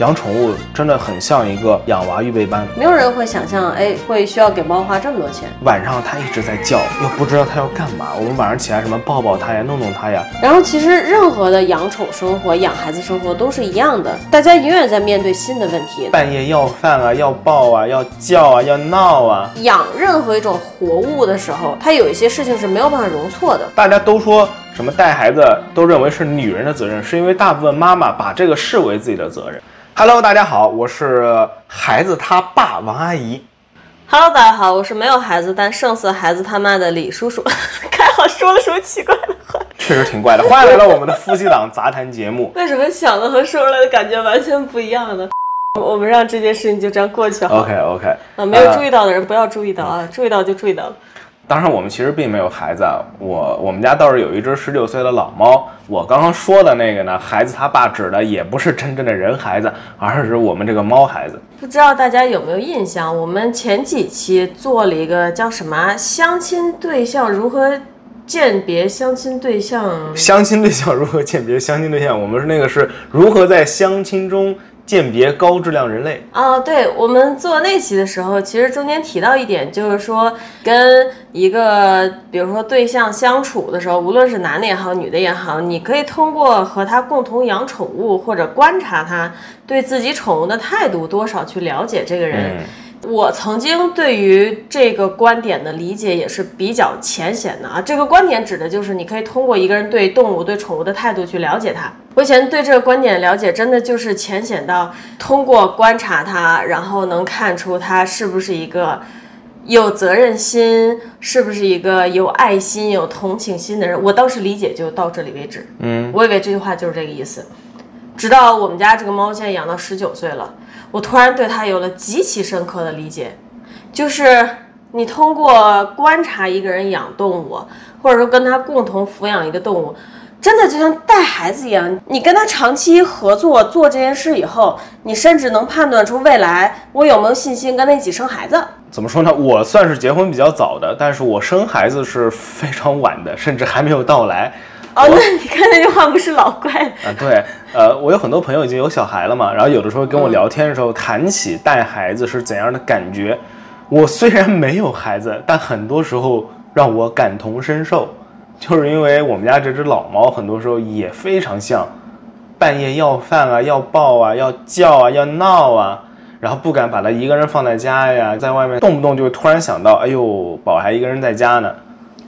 养宠物真的很像一个养娃预备班，没有人会想象，哎，会需要给猫花这么多钱。晚上它一直在叫，又不知道它要干嘛。我们晚上起来什么抱抱它呀，弄弄它呀，然后其实任何的养宠生活、养孩子生活都是一样的，大家永远在面对新的问题。半夜要饭啊，要抱啊，要叫啊，要闹啊。养任何一种活物的时候，它有一些事情是没有办法容错的。大家都说什么带孩子都认为是女人的责任，是因为大部分妈妈把这个视为自己的责任。Hello，大家好，我是孩子他爸王阿姨。 Hello，大家好，我是没有孩子但胜似孩子他妈的李叔 叔。开好说了什么奇怪的话？确实挺怪的，欢迎来到我们的夫妻档杂谈节目。为什么想的和说出来的感觉完全不一样呢？ 我们让这件事情就这样过去好了 OK OK，啊！没有注意到的人不要注意到啊，注意到就注意到了。当然，我们其实并没有孩子，啊，我我们家倒是有一只十九岁的老猫。我刚刚说的那个呢，孩子他爸指的也不是真正的人孩子，而是我们这个猫孩子。不知道大家有没有印象，我们前几期做了一个叫什么“相亲对象如何鉴别相亲对象相亲对象如何鉴别相亲对象？我们是那个是如何在相亲中鉴别高质量人类？”啊？对，我们做那期的时候，其实中间提到一点，就是说跟一个比如说对象相处的时候，无论是男的也好，女的也好，你可以通过和他共同养宠物或者观察他对自己宠物的态度多少去了解这个人。嗯，我曾经对于这个观点的理解也是比较浅显的啊。这个观点指的就是你可以通过一个人对动物、对宠物的态度去了解它。我以前对这个观点了解真的就是浅显到通过观察它，然后能看出它是不是一个有责任心，是不是一个有爱心、有同情心的人。我当时理解就到这里为止。嗯，我以为这句话就是这个意思。直到我们家这个猫现在养到十九岁了，我突然对它有了极其深刻的理解，就是你通过观察一个人养动物，或者说跟他共同抚养一个动物，真的就像带孩子一样，你跟他长期合作做这件事以后，你甚至能判断出未来我有没有信心跟他一起生孩子。怎么说呢？我算是结婚比较早的，但是我生孩子是非常晚的，甚至还没有到来。哦，那你看那句话不是老怪啊、对，呃，我有很多朋友已经有小孩了嘛，然后有的时候跟我聊天的时候谈起带孩子是怎样的感觉，我虽然没有孩子，但很多时候让我感同身受，就是因为我们家这只老猫很多时候也非常像，半夜要饭啊，要抱啊，要叫啊，要闹啊。然后不敢把它一个人放在家呀，在外面动不动就突然想到，哎呦，宝还一个人在家呢。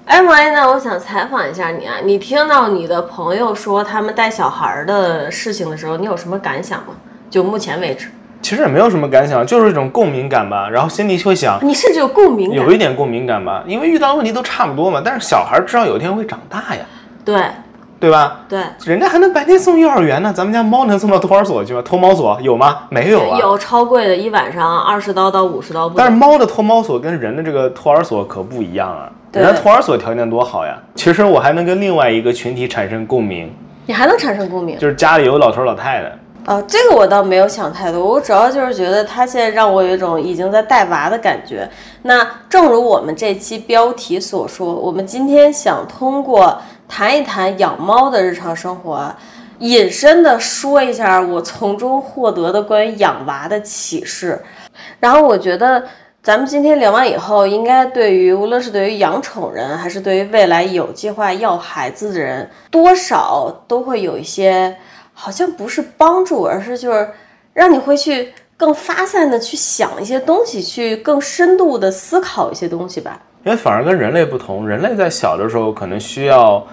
哎，王姨，那我想采访一下你啊，你听到你的朋友说他们带小孩儿的事情的时候，你有什么感想吗？就目前为止，其实也没有什么感想，就是一种共鸣感吧。然后心里会想，你甚至有共鸣有感。一点共鸣感吧，因为遇到的问题都差不多嘛。但是小孩儿知道有一天会长大呀，对对吧？对，人家还能白天送幼儿园呢，咱们家猫能送到托儿所去吗？托猫所有吗？没有啊。有超贵的，一晚上二十刀到五十刀不但是等。猫的托猫所跟人的这个托儿所可不一样啊，对人家托儿所条件多好呀。其实我还能跟另外一个群体产生共鸣，你还能产生共鸣？就是家里有老头儿老太太。哦，这个我倒没有想太多，我主要就是觉得他现在让我有一种已经在带娃的感觉。那正如我们这期标题所说，我们今天想通过谈一谈养猫的日常生活，引申的说一下我从中获得的关于养娃的启示。然后我觉得咱们今天聊完以后，应该对于无论是对于养宠人，还是对于未来有计划要孩子的人，多少都会有一些好像不是帮助，而是就是让你会去更发散的去想一些东西，去更深度的思考一些东西吧。因为反而跟人类不同，人类在小的时候可能需要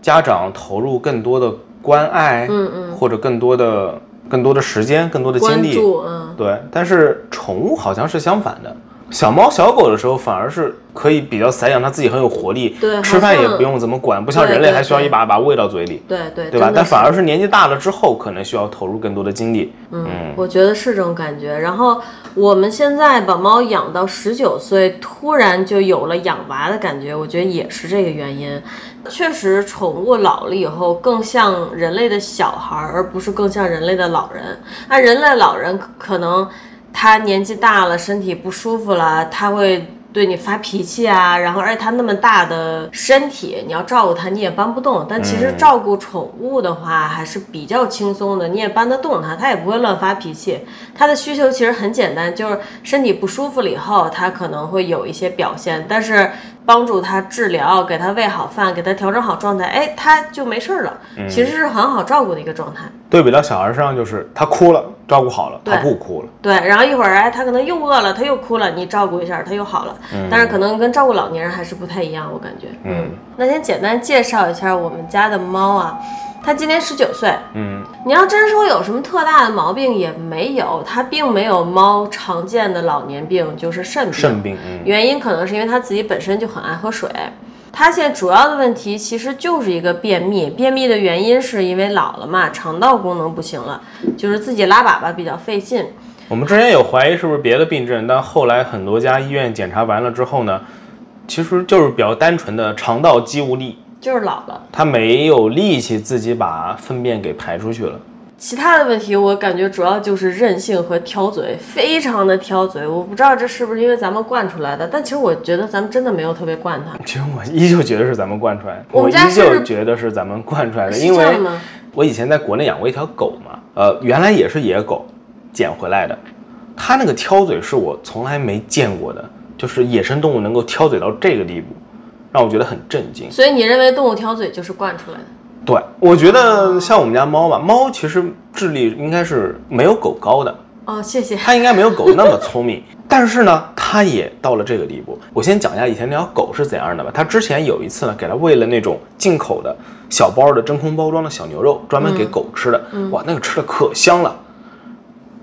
家长投入更多的关爱，嗯嗯，或者更多的更多的时间、更多的精力，嗯，对。但是宠物好像是相反的，小猫小狗的时候反而是可以比较散养，它自己很有活力，对吃饭好也像不用怎么管，不像对人类对还需要对一把把喂到嘴里，对对，对吧？但反而是年纪大了之后，可能需要投入更多的精力，嗯，我觉得是这种感觉。然后我们现在把猫养到十九岁，突然就有了养娃的感觉，我觉得也是这个原因。确实，宠物老了以后更像人类的小孩儿，而不是更像人类的老人。那人类老人可可能他年纪大了，身体不舒服了，他会对你发脾气啊，然后而且它那么大的身体，你要照顾它你也搬不动。但其实照顾宠物的话还是比较轻松的，你也搬得动它，它也不会乱发脾气。它的需求其实很简单，就是身体不舒服了以后，它可能会有一些表现，但是帮助它治疗，给它喂好饭，给它调整好状态，哎，它就没事儿了。其实是很好照顾的一个状态。对比到小孩身上，就是他哭了，照顾好了，他对不哭了。对，然后一会儿哎，它可能又饿了，它又哭了，你照顾一下，它又好了。但是可能跟照顾老年人还是不太一样，我感觉。嗯那先简单介绍一下我们家的猫啊，它今年十九岁。嗯，你要真说有什么特大的毛病也没有，它并没有猫常见的老年病，就是肾病。肾病，嗯原因可能是因为它自己本身就很爱喝水。它现在主要的问题其实就是一个便秘，便秘的原因是因为老了嘛，肠道功能不行了，就是自己拉粑粑比较费劲。我们之前有怀疑是不是别的病症，但后来很多家医院检查完了之后呢，其实就是比较单纯的肠道肌无力，就是老了，它没有力气自己把粪便给排出去了。其他的问题我感觉主要就是任性和挑嘴，非常的挑嘴。我不知道这是不是因为咱们惯出来的，但其实我觉得咱们真的没有特别惯 它。其实我依旧觉得是咱们惯出来的，我我们家依是旧觉得是咱们惯出来的，是因这为样吗？我以前在国内养过一条狗嘛，呃，原来也是野狗，捡回来的。它那个挑嘴是我从来没见过的，就是野生动物能够挑嘴到这个地步，让我觉得很震惊。所以你认为动物挑嘴就是惯出来的？对，我觉得像我们家猫吧，猫其实智力应该是没有狗高的，哦，谢谢。它应该没有狗那么聪明，但是呢，它也到了这个地步。我先讲一下以前那条狗是怎样的吧。它之前有一次呢，给它喂了那种进口的小包的真空包装的小牛肉，专门给狗吃的。哇，那个吃的可香了。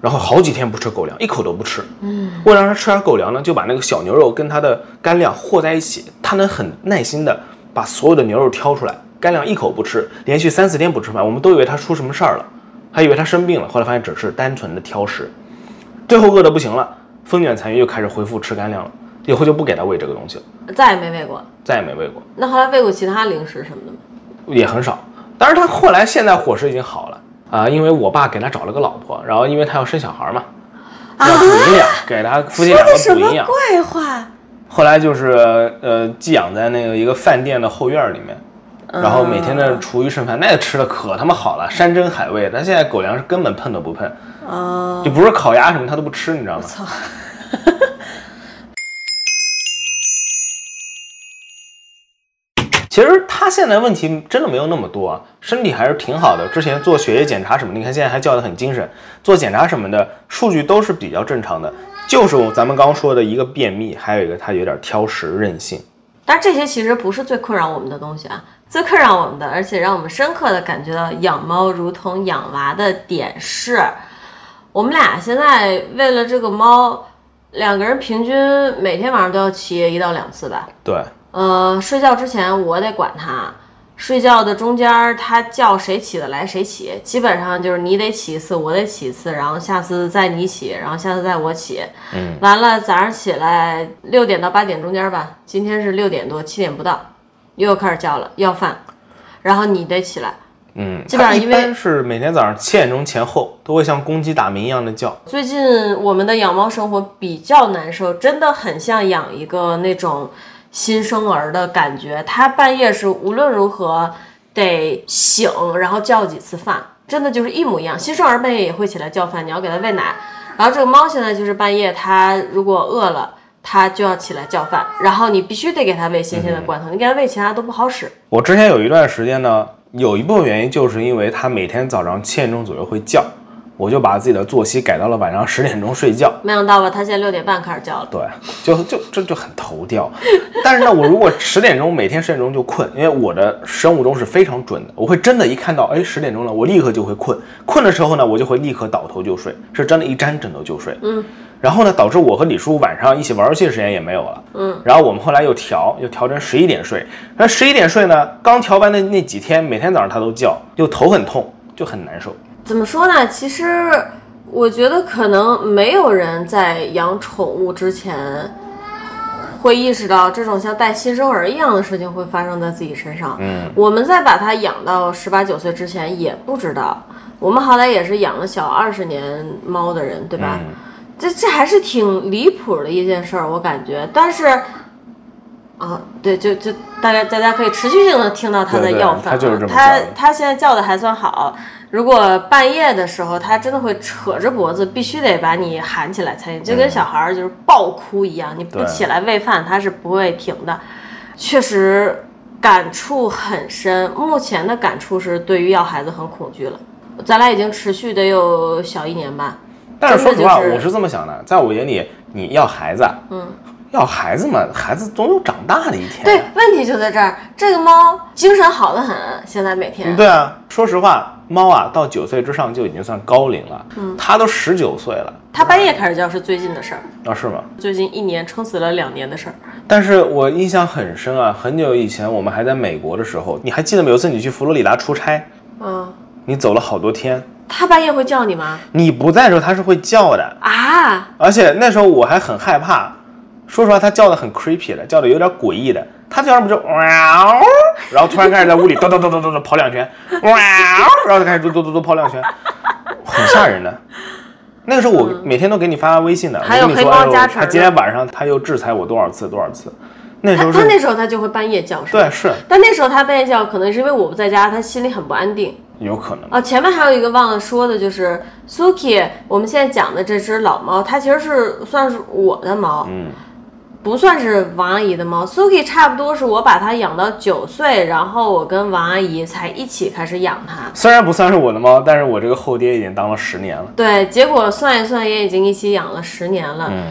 然后好几天不吃狗粮，一口都不吃。嗯，为了让它吃点狗粮呢，就把那个小牛肉跟它的干粮和在一起。它能很耐心的把所有的牛肉挑出来，干粮一口不吃，连续三四天不吃饭，我们都以为它出什么事儿了，还以为它生病了。后来发现只是单纯的挑食。最后饿得不行了，风卷残云又开始恢复吃干粮了，以后就不给它喂这个东西了，再也没喂过。再也没喂过，那后来喂过其他零食什么的吗？也很少。当然，它后来现在伙食已经好了啊、因为我爸给它找了个老婆，然后因为它要生小孩嘛，要补营养，给它夫妻啊两 说的个什补么营养。怪话？后来就是呃寄养在那个一个饭店的后院里面，嗯然后每天的厨余剩饭，那个吃的可他妈好了，山珍海味。但现在狗粮是根本碰都不碰，啊、就不是烤鸭什么它都不吃，你知道吗？操！ 其实他现在问题真的没有那么多啊，身体还是挺好的。之前做血液检查什么的，你看现在还叫得很精神，做检查什么的数据都是比较正常的。就是我咱们刚刚说的一个便秘，还有一个他有点挑食任性。但这些其实不是最困扰我们的东西啊，最困扰我们的，而且让我们深刻的感觉到养猫如同养娃的点是，我们俩现在为了这个猫，两个人平均每天晚上都要起夜一到两次吧。对，呃，睡觉之前我得管它，睡觉的中间儿它叫谁起得来谁起，基本上就是你得起一次，我得起一次，然后下次再你起，然后下次再我起。嗯，完了早上起来六点到八点中间儿吧，今天是六点多七点不到，又开始叫了要饭，然后你得起来。嗯，基本上他一因为般是每天早上七点钟前后都会像公鸡打鸣一样的叫。最近我们的养猫生活比较难受，真的很像养一个那种新生儿的感觉。它半夜是无论如何得醒，然后叫几次饭，真的就是一模一样。新生儿半夜也会起来叫饭，你要给它喂奶。然后这个猫现在就是半夜，它如果饿了，它就要起来叫饭，然后你必须得给它喂新鲜的罐头，你给它喂其他都不好使。我之前有一段时间呢，有一部分原因就是因为它每天早上七点钟左右会叫，我就把自己的作息改到了晚上十点钟睡觉。没想到吧，它现在六点半开始叫了。对，就就这就很头掉。但是呢，我如果十点钟每天十点钟就困，因为我的生物钟是非常准的，我会真的一看到哎十点钟了，我立刻就会困。困的时候呢，我就会立刻倒头就睡，是真的一沾枕头就睡。嗯。然后呢，导致我和李叔晚上一起玩游戏的时间也没有了。嗯。然后我们后来又调，又调成十一点睡。那十一点睡呢，刚调完的那几天，每天早上他都叫，就头很痛，就很难受。怎么说呢？其实我觉得可能没有人在养宠物之前会意识到这种像带新生儿一样的事情会发生在自己身上。嗯，我们在把它养到十八九岁之嗯前也不知道，我们好歹也是养了小二十年猫的人，对吧？这这还是挺离谱的一件事儿，我感觉。但是，啊，对，就就大概大家可以持续性的听到他的对对要饭他啊，就是这么他叫的他现在叫的还算好。如果半夜的时候，他真的会扯着脖子，必须得把你喊起来才行，就跟小孩儿就是暴哭一样，你不嗯对起来喂饭，他是不会停的。确实感触很深，目前的感触是对于要孩子很恐惧了。咱俩已经持续的有小一年吧，但是说实话，真的就是我是这么想的，在我眼里，你要孩子，嗯，要孩子嘛，孩子总有长大的一天。啊对，问题就在这儿。这个猫精神好的很，现在每天嗯，对啊，说实话，猫啊，到九岁之上就已经算高龄了，嗯它都十九岁了，它半夜开始叫是最近的事儿，啊是吗？最近一年撑死了两年的事儿。但是我印象很深啊，很久以前我们还在美国的时候，你还记得没有？有一次你去佛罗里达出差，嗯，你走了好多天，它半夜会叫你吗？你不在的时候它是会叫的，啊，而且那时候我还很害怕，说实话，它叫的很 creepy 的，叫的有点诡异的。它叫什么就哇哦，然后突然开始在屋里咚咚咚咚咚咚跑两圈，哇哦，然后就开始嘟嘟嘟嘟跑两圈，很吓人的。那个时候我每天都给你发微信的，嗯还有我跟你说，黑猫哎呦加成他今天晚上他又制裁我多少次多少次。那时它候它是，那时候它就会半夜叫，是吧？对，是但那时候它半夜叫，可能是因为我不在家，它心里很不安定。有可能。哦，前面还有一个忘了说的，就是 Suki，我们现在讲的这只老猫，它其实是算是我的猫，嗯，不算是王阿姨的猫。Suki 差不多是我把它养到九岁，然后我跟王阿姨才一起开始养它。虽然不算是我的猫，但是我这个后爹已经当了十年了。对，结果算一算也已经一起养了十年了。嗯，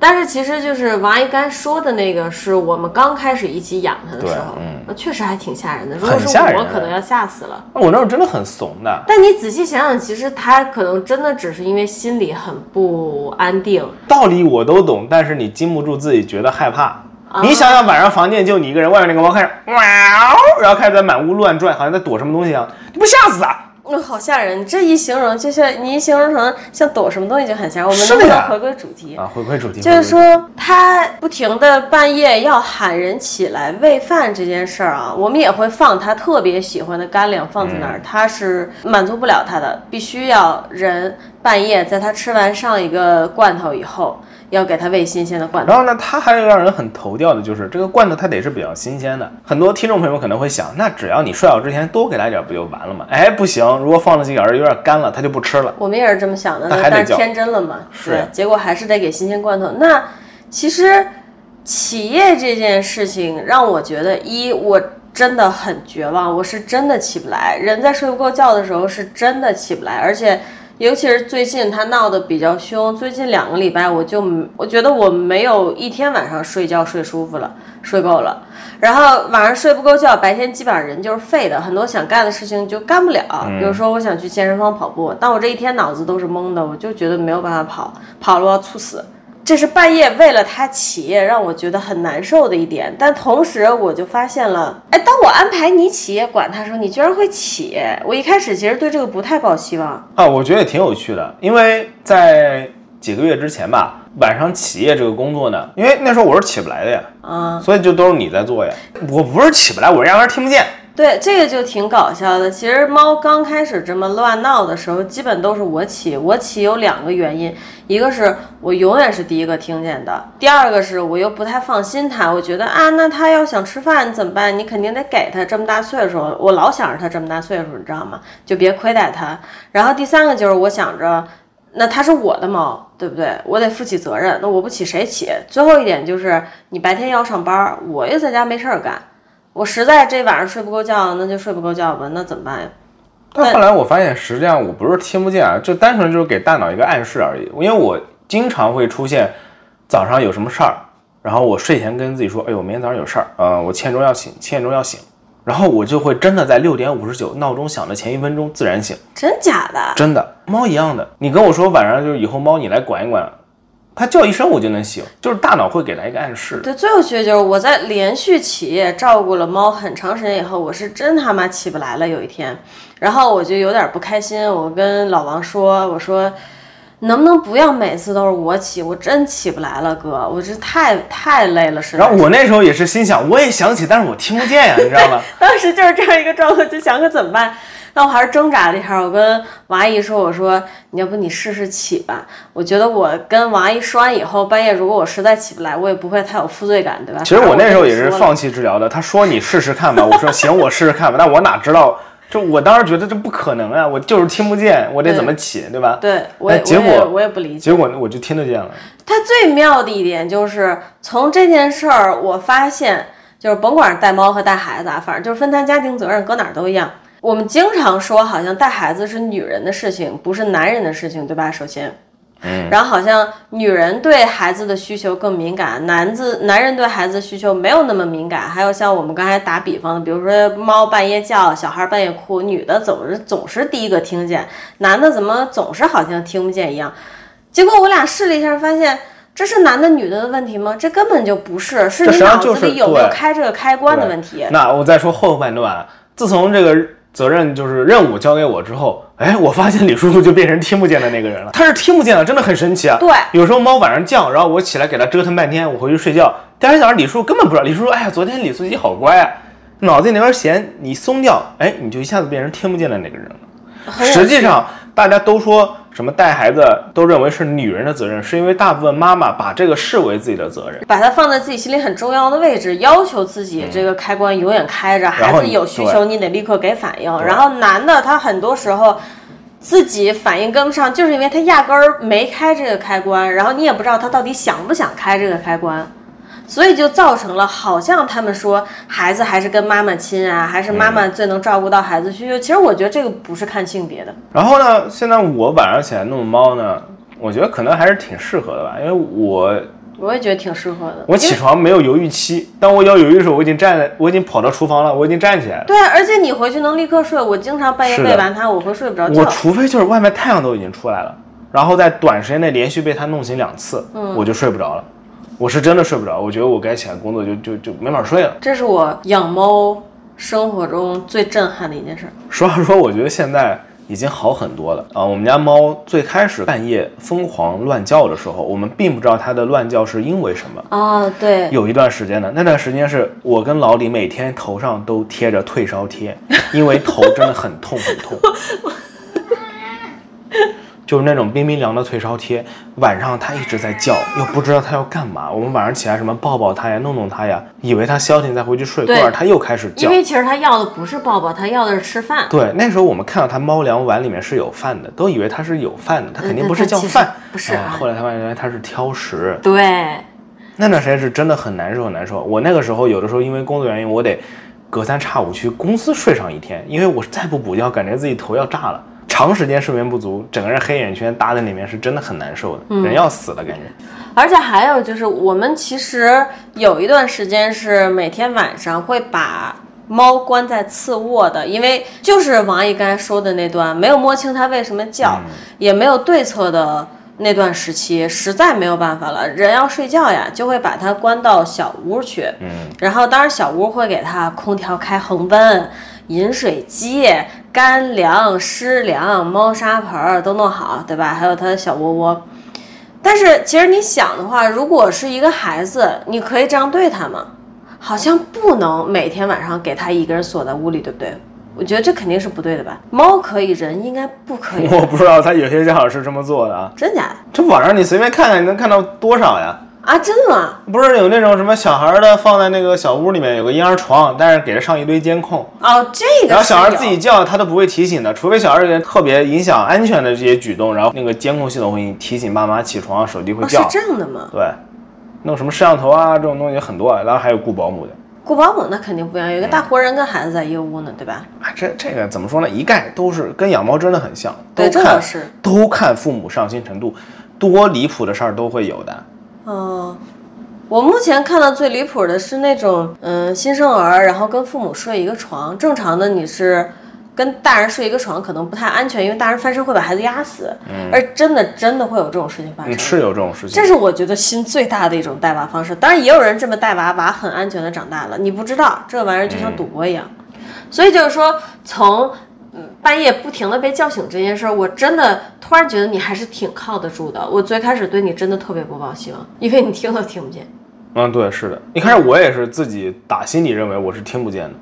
但是其实就是王阿姨刚才说的那个，是我们刚开始一起养它的时候，对嗯呃确实还挺吓人的。如果是很吓人我，的可能要吓死了。哦我那时候真的很怂的，但你仔细想想，其实它可能真的只是因为心里很不安定，道理我都懂，但是你禁不住自己觉得害怕。啊你想想，晚上房间就你一个人，外面那个猫开始哇哦，然后开始在满屋乱转，好像在躲什么东西一样，你不吓死啊？嗯，好吓人！这一形容就像你一形容成像躲什么东西就很吓人。我们是能不能呀回归主题？啊，回归主题，就是回归主说，它不停的半夜要喊人起来喂饭这件事儿啊，我们也会放它特别喜欢的干粮放在那儿，它是满足不了它的，必须要人半夜在它吃完上一个罐头以后，要给它喂新鲜的题。罐头。然后呢，它还有让人很头掉的就是这个罐头，它得是比较新鲜的。很多听众朋友们可能会想，那只要你睡觉之前多给它一点不就完了吗？哎，不行，如果放了几个小时有点干了，它就不吃了。我们也是这么想的，那还得但是叫天真了嘛，是对，结果还是得给新鲜罐头。那其实企业这件事情让我觉得，一我真的很绝望，我是真的起不来，人在睡不够觉的时候是真的起不来，而且。尤其是最近他闹得比较凶，最近两个礼拜我就我觉得我没有一天晚上睡觉睡舒服了，睡够了，然后晚上睡不够觉，白天基本上人就是废的，很多想干的事情就干不了。比如说我想去健身房跑步，但我这一天脑子都是懵的，我就觉得没有办法跑，跑了我要猝死。这是半夜为了他起夜让我觉得很难受的一点，但同时我就发现了，哎，当我安排你起夜管他的时候，你居然会起夜。我一开始其实对这个不太抱希望，啊，我觉得也挺有趣的，因为在几个月之前吧，晚上起夜这个工作呢，因为那时候我是起不来的呀，啊、所以就都是你在做呀。我不是起不来，我压根儿听不见。对，这个就挺搞笑的。其实猫刚开始这么乱闹的时候，基本都是我起。我起有两个原因，一个是我永远是第一个听见的，第二个是我又不太放心它。我觉得啊，那它要想吃饭怎么办？你肯定得给它这么大岁数，我老想着它这么大岁数，你知道吗？就别亏待它。然后第三个就是我想着。那它是我的猫，对不对？我得负起责任。那我不起谁起？最后一点就是，你白天要上班，我又在家没事儿干，我实在这晚上睡不够觉，那就睡不够觉吧，那怎么办呀？但后来我发现，实际上我不是听不见啊，就单纯就是给大脑一个暗示而已。因为我经常会出现早上有什么事儿，然后我睡前跟自己说：“哎呦，我明天早上有事儿，呃，我七点钟要醒，七点钟要醒。”然后我就会真的在六点五十九闹钟响的前一分钟自然醒。真假的？真的，猫一样的。你跟我说晚上就是以后猫你来管一管，它叫一声我就能醒，就是大脑会给它一个暗示。对，最有趣的就是我在连续起夜照顾了猫很长时间以后，我是真他妈起不来了。有一天，然后我就有点不开心，我跟老王说：“我说，能不能不要每次都是我起？我真起不来了，哥，我这太太累了，实在然后是。”我那时候 也是心想，我也想起，但是我听不见呀，你知道吗？当时就是这样一个状况，就想可怎么办？但我还是挣扎了一下，我跟王阿姨说：“我说你要不你试试起吧？我觉得我跟王阿姨说完以后，半夜如果我实在起不来，我也不会太有负罪感，对吧？”其实我那时候也是说了放弃治疗的。他说你试试看吧，我说行，我试试看吧。但我哪知道，就我当时觉得这不可能啊，我就是听不见，我得怎么起，对吧？对，我也哎结我也果我也不理解。结果我就听得见了，它最妙的一点就是，从这件事儿我发现，就是甭管是带猫和带孩子啊，反正就是分摊家庭责任，搁哪儿都一样。我们经常说，好像带孩子是女人的事情，不是男人的事情，对吧？首先，嗯，然后好像女人对孩子的需求更敏感，男子男人对孩子的需求没有那么敏感。还有像我们刚才打比方的，比如说猫半夜叫，小孩半夜哭，女的总是总是第一个听见，男的怎么总是好像听不见一样。结果我俩试了一下，发现这是男的女的的问题吗？这根本就不是，是这你实际脑上就子是里有没有对开这个开关的对问题。那我再说后半段啊，自从这个责任就是任务交给我之后，哎，我发现李叔叔就变成听不见的那个人了。他是听不见的，真的很神奇啊。对有时候猫晚上叫，然后我起来给它折腾半天，我回去睡觉。第二天早上李叔叔根本不知道，李叔叔说哎呀，昨天李素汐好乖啊，脑子里那边弦你松掉，哎，你就一下子变成听不见的那个人了。很有实际上，大家都说什么带孩子都认为是女人的责任，是因为大部分妈妈把这个视为自己的责任。把它放在自己心里很重要的位置，要求自己这个开关永远开着，孩嗯然后子你有需求你得立刻给反应。然后男的他很多时候自己反应跟不上，就是因为他压根儿没开这个开关，然后你也不知道他到底想不想开这个开关。所以就造成了，好像他们说孩子还是跟妈妈亲啊，还是妈嗯妈最能照顾到孩子需求。其实我觉得这个不是看性别的，然后呢，现在我晚上起来弄猫呢，我觉得可能还是挺适合的吧，因为我我也觉得挺适合的。我起床没有犹豫期，当我要犹豫的时候，我已经站在，我已经跑到厨房了，我已经站起来了。对啊，而且你回去能立刻睡。我经常半夜是的喂完它，我会睡不着觉我。除非就是外面太阳都已经出来了，然后在短时间内连续被它弄醒两次，我就睡不着了。我是真的睡不着，我觉得我该起来工作就就就没法睡了。 这是我养猫生活中最震撼的一件事。实话说，我觉得现在已经好很多了啊。我们家猫最开始半夜疯狂乱叫的时候，我们并不知道它的乱叫是因为什么。啊，对，有一段时间呢，那段时间是我跟老李每天头上都贴着退烧贴，因为头真的很痛很痛，就是那种冰冰凉的退烧贴。晚上它一直在叫，又不知道它要干嘛。我们晚上起来什么抱抱它呀，弄弄它呀，以为它消停再回去睡，过对会儿它又开始因叫。为其实它要的不是抱抱，它要的是吃饭。对，那时候我们看到它猫粮碗里面是有饭的，都以为它是有饭的，它肯定不是叫饭嗯，它其实不是哎啊后来他发现原来它是挑食，对，那段时间是真的很难受，很难受。我那个时候有的时候因为工作原因，我得隔三差五去公司睡上一天，因为我再不补觉，感觉自己头要炸了。长时间睡眠不足，整个人黑眼圈搭在里面，是真的很难受的，人要死了感觉。而且还有就是，我们其实有一段时间是每天晚上会把猫关在次卧的，因为就是王毅刚才说的那段，没有摸清它为什么叫，嗯也没有对策的那段时期，实在没有办法了，人要睡觉呀，就会把它关到小屋去。嗯，然后当然小屋会给它空调开恒温。饮水机、干粮、湿粮、猫砂盆儿都弄好，对吧？还有它的小窝窝，但是其实你想的话，如果是一个孩子，你可以这样对他吗？好像不能每天晚上给他一个人锁在屋里，对不对？我觉得这肯定是不对的吧。猫可以，人应该不 可以， 我不知道他有些家长是这么做的啊，真假的这网上你随便看看，你能看到多少呀？啊？真的吗？不是有那种什么小孩儿的放在那个小屋里面有个婴儿床，但是给他上一堆监控，哦，这个然后小孩是有自己叫，他都不会提醒的，除非小孩有点特别影响安全的这些举动，然后那个监控系统会提醒爸妈起床，啊手机会哦是叫。这样的吗？对，弄什么摄像头啊这种东西很多，然后还有雇保姆的。雇保姆那肯定不一样，有一个大活人跟孩子在一个屋呢，对吧？啊，这这个怎么说呢？一概都是跟养猫真的很像，都对这倒看是都看父母上心程度，多离谱的事儿都会有的。哦，我目前看到最离谱的是那种，嗯，新生儿然后跟父母睡一个床，正常的你是。跟大人睡一个床可能不太安全，因为大人翻身会把孩子压死。而真的真的会有这种事情发嗯，生，是有这种事情这。是我觉得心最大的一种带娃方式。当然，也有人这么带娃，娃很安全的长大了，你不知道这玩意儿就像赌博一样。所以就是说，从嗯半夜不停的被叫醒这件事儿，我真的突然觉得你还是挺靠得住的。我最开始对你真的特别不抱希望，因为你听都听不见。嗯，对，是的。一开始我也是自己打心里认为我是听不见的，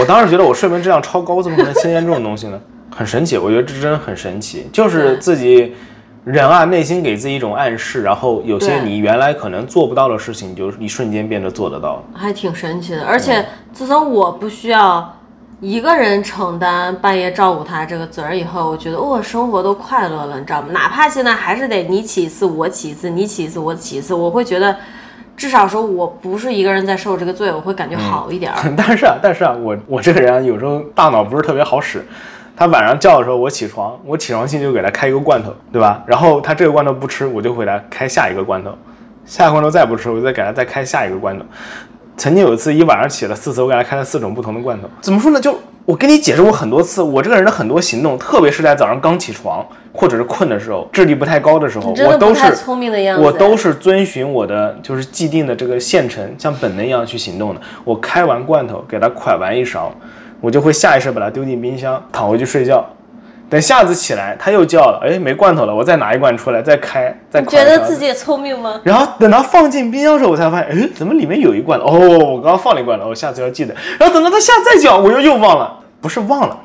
我当时觉得我睡眠质量超高，怎么可能听见这种东西呢？很神奇，我觉得这真的很神奇，就是自己人啊，内心给自己一种暗示，然后有些对你原来可能做不到的事情，你就一瞬间变得做得到了。还挺神奇的。而且自从我不需要一个人承担半夜照顾他这个责任以后，我觉得我、生活都快乐了，你知道吗？哪怕现在还是得你起一次我起一次，你起一次我起一次，我会觉得至少说我不是一个人在受这个罪，我会感觉好一点儿。 但是啊，但是啊，我我这个人啊有时候大脑不是特别好使。他晚上叫的时候，我起床，我起床气就给他开一个罐头，对吧？然后他这个罐头不吃，我就给他开下一个罐头，下一个罐头再不吃，我就再给他再开下一个罐头。曾经有一次，一晚上起了四次，我给他开了四种不同的罐头。怎么说呢？就我跟你解释过很多次，我这个人的很多行动，特别是在早上刚起床或者是困的时候，智力不太高的时候，你真我的都不太是聪明的样子，啊我都是遵循我的就是既定的这个县城，像本能一样去行动的。我开完罐头，给它蒯完一勺，我就会下意识把它丢进冰箱，躺回去睡觉。等下次起来，它又叫了，哎，没罐头了，我再拿一罐出来，再开，再你蒯觉一得勺自。己也聪明吗？然后等它放进冰箱的时候，我才发现，哎，怎么里面有一罐了？哦，我刚刚放了一罐了，我下次要记得。然后等到它下次再叫，我又又忘了，不是忘了，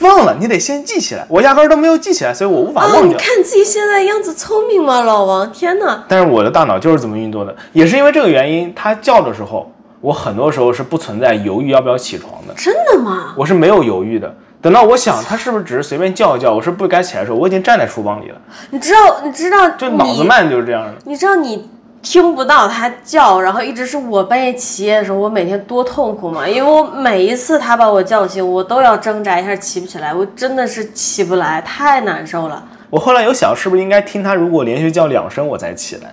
忘了，你得先记起来。我压根儿都没有记起来，所以我无法啊、忘你掉。看自己现在样子聪明吗，老王？天哪！但是我的大脑就是这么运作的，也是因为这个原因，它叫的时候，我很多时候是不存在犹豫要不要起床的，真的吗？我是没有犹豫的。等到我想它是不是只是随便叫一叫，我是不该起来的时候，我已经站在厨房里了，你知道，你知道，就脑子慢就是这样的。你知道你听不到它叫，然后一直是我半夜起夜的时候，我每天多痛苦吗？因为我每一次它把我叫醒，我都要挣扎一下起不起来，我真的是起不来，太难受了。我后来有想，是不是应该听它如果连续叫两声我才起来，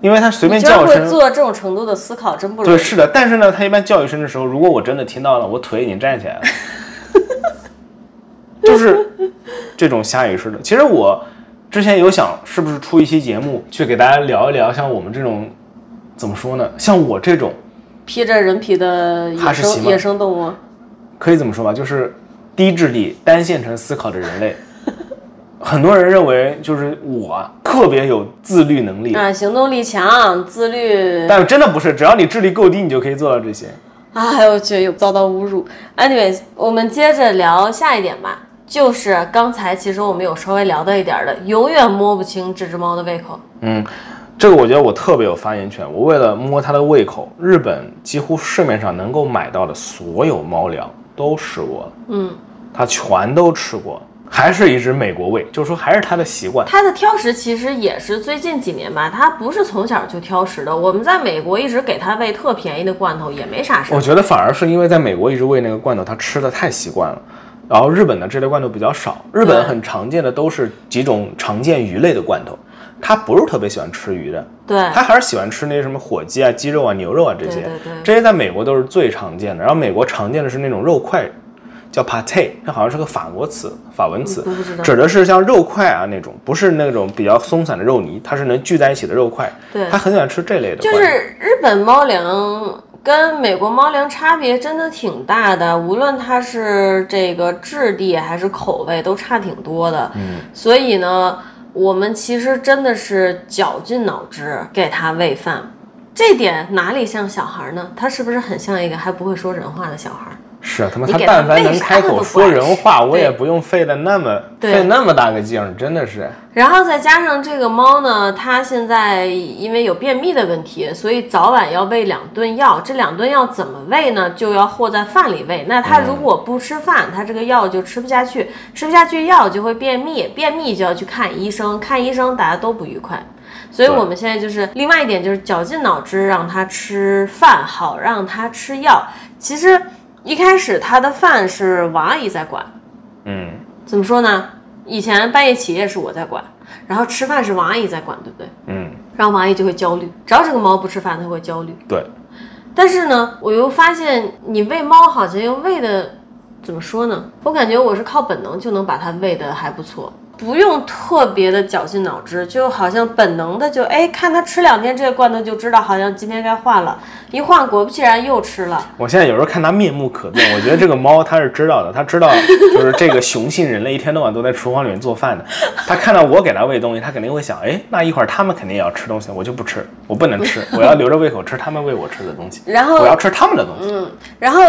因为它随便你居然叫一会声。做这种程度的思考，真不容对，易。是的，但是呢，它一般叫一声的时候，如果我真的听到了，我腿已经站起来了，就是这种下意识的。其实我之前有想，是不是出一期节目去给大家聊一聊，像我们这种怎么说呢？像我这种披着人皮的野哈士奇生吗野生动物，可以怎么说吧，就是低智力、单线程思考的人类。很多人认为就是我特别有自律能力，啊，行动力强，自律。啊但真的不是，只要你智力够低，你就可以做到这些。哎呦我去，又遭到侮辱。Anyways，我们接着聊下一点吧，就是刚才其实我们有稍微聊到一点儿的，永远摸不清这只猫的胃口。这个我觉得我特别有发言权。我为了摸它的胃口，日本几乎市面上能够买到的所有猫粮都吃过了，嗯，它全都吃过，还是一只美国胃，就是说还是它的习惯。它的挑食其实也是最近几年吧，它不是从小就挑食的。我们在美国一直给它喂特便宜的罐头，也没啥事我儿。觉得反而是因为在美国一直喂那个罐头，它吃的太习惯了。然后日本的这类罐头比较少，日本对很常见的都是几种常见鱼类的罐头，它不是特别喜欢吃鱼的，对，他还是喜欢吃那些什么火鸡啊、鸡肉啊、牛肉啊这些，嗯对对对这些在美国都是最常见的。然后美国常见的是那种肉块，叫 pate，它好像是个法国词、法文词嗯不知道，指的是像肉块啊那种，不是那种比较松散的肉泥，它是能聚在一起的肉块。对他很喜欢吃这类的就罐头。是日本猫粮跟美国猫粮差别真的挺大的，无论它是这个质地还是口味都差挺多的。嗯，所以呢，我们其实真的是绞尽脑汁给它喂饭，这点哪里像小孩呢？它是不是很像一个还不会说人话的小孩？是啊，他妈你他给但它凡喂能啥开它都口不说爱人吃话，我也对不用费的那么对费那么大个劲儿，真的是。然后再加上这个猫呢，它现在因为有便秘的问题，所以早晚要喂两顿药。这两顿药怎么喂呢？就要和在饭里喂。那它如果不吃饭，它这个药就吃不下去，吃不下去药就会便秘，便秘就要去看医生，看医生大家都不愉快。所以对我们现在就是另外一点，就是绞尽脑汁让它吃饭，好让它吃药。其实一开始它的饭是王阿姨在管，嗯，怎么说呢？以前半夜起夜是我在管，然后吃饭是王阿姨在管，对不对？嗯，然后王阿姨就会焦虑，只要这个猫不吃饭，它会焦虑。对，但是呢，我又发现你喂猫好像又喂的，怎么说呢？我感觉我是靠本能就能把它喂的还不错，不用特别的绞尽脑汁，就好像本能的就哎，看它吃两天这个罐头就知道，好像今天该换了，一换果不其然又吃了。我现在有时候看它面目可 憎，我觉得这个猫它是知道的，它知道就是这个雄性人类一天到晚都在厨房里面做饭的，它看到我给它喂东西，它肯定会想，哎，那一会儿它们肯定也要吃东西，我就不吃，我不能吃，我要留着胃口吃它们喂我吃的东西，然后嗯我要吃它们的东西。然后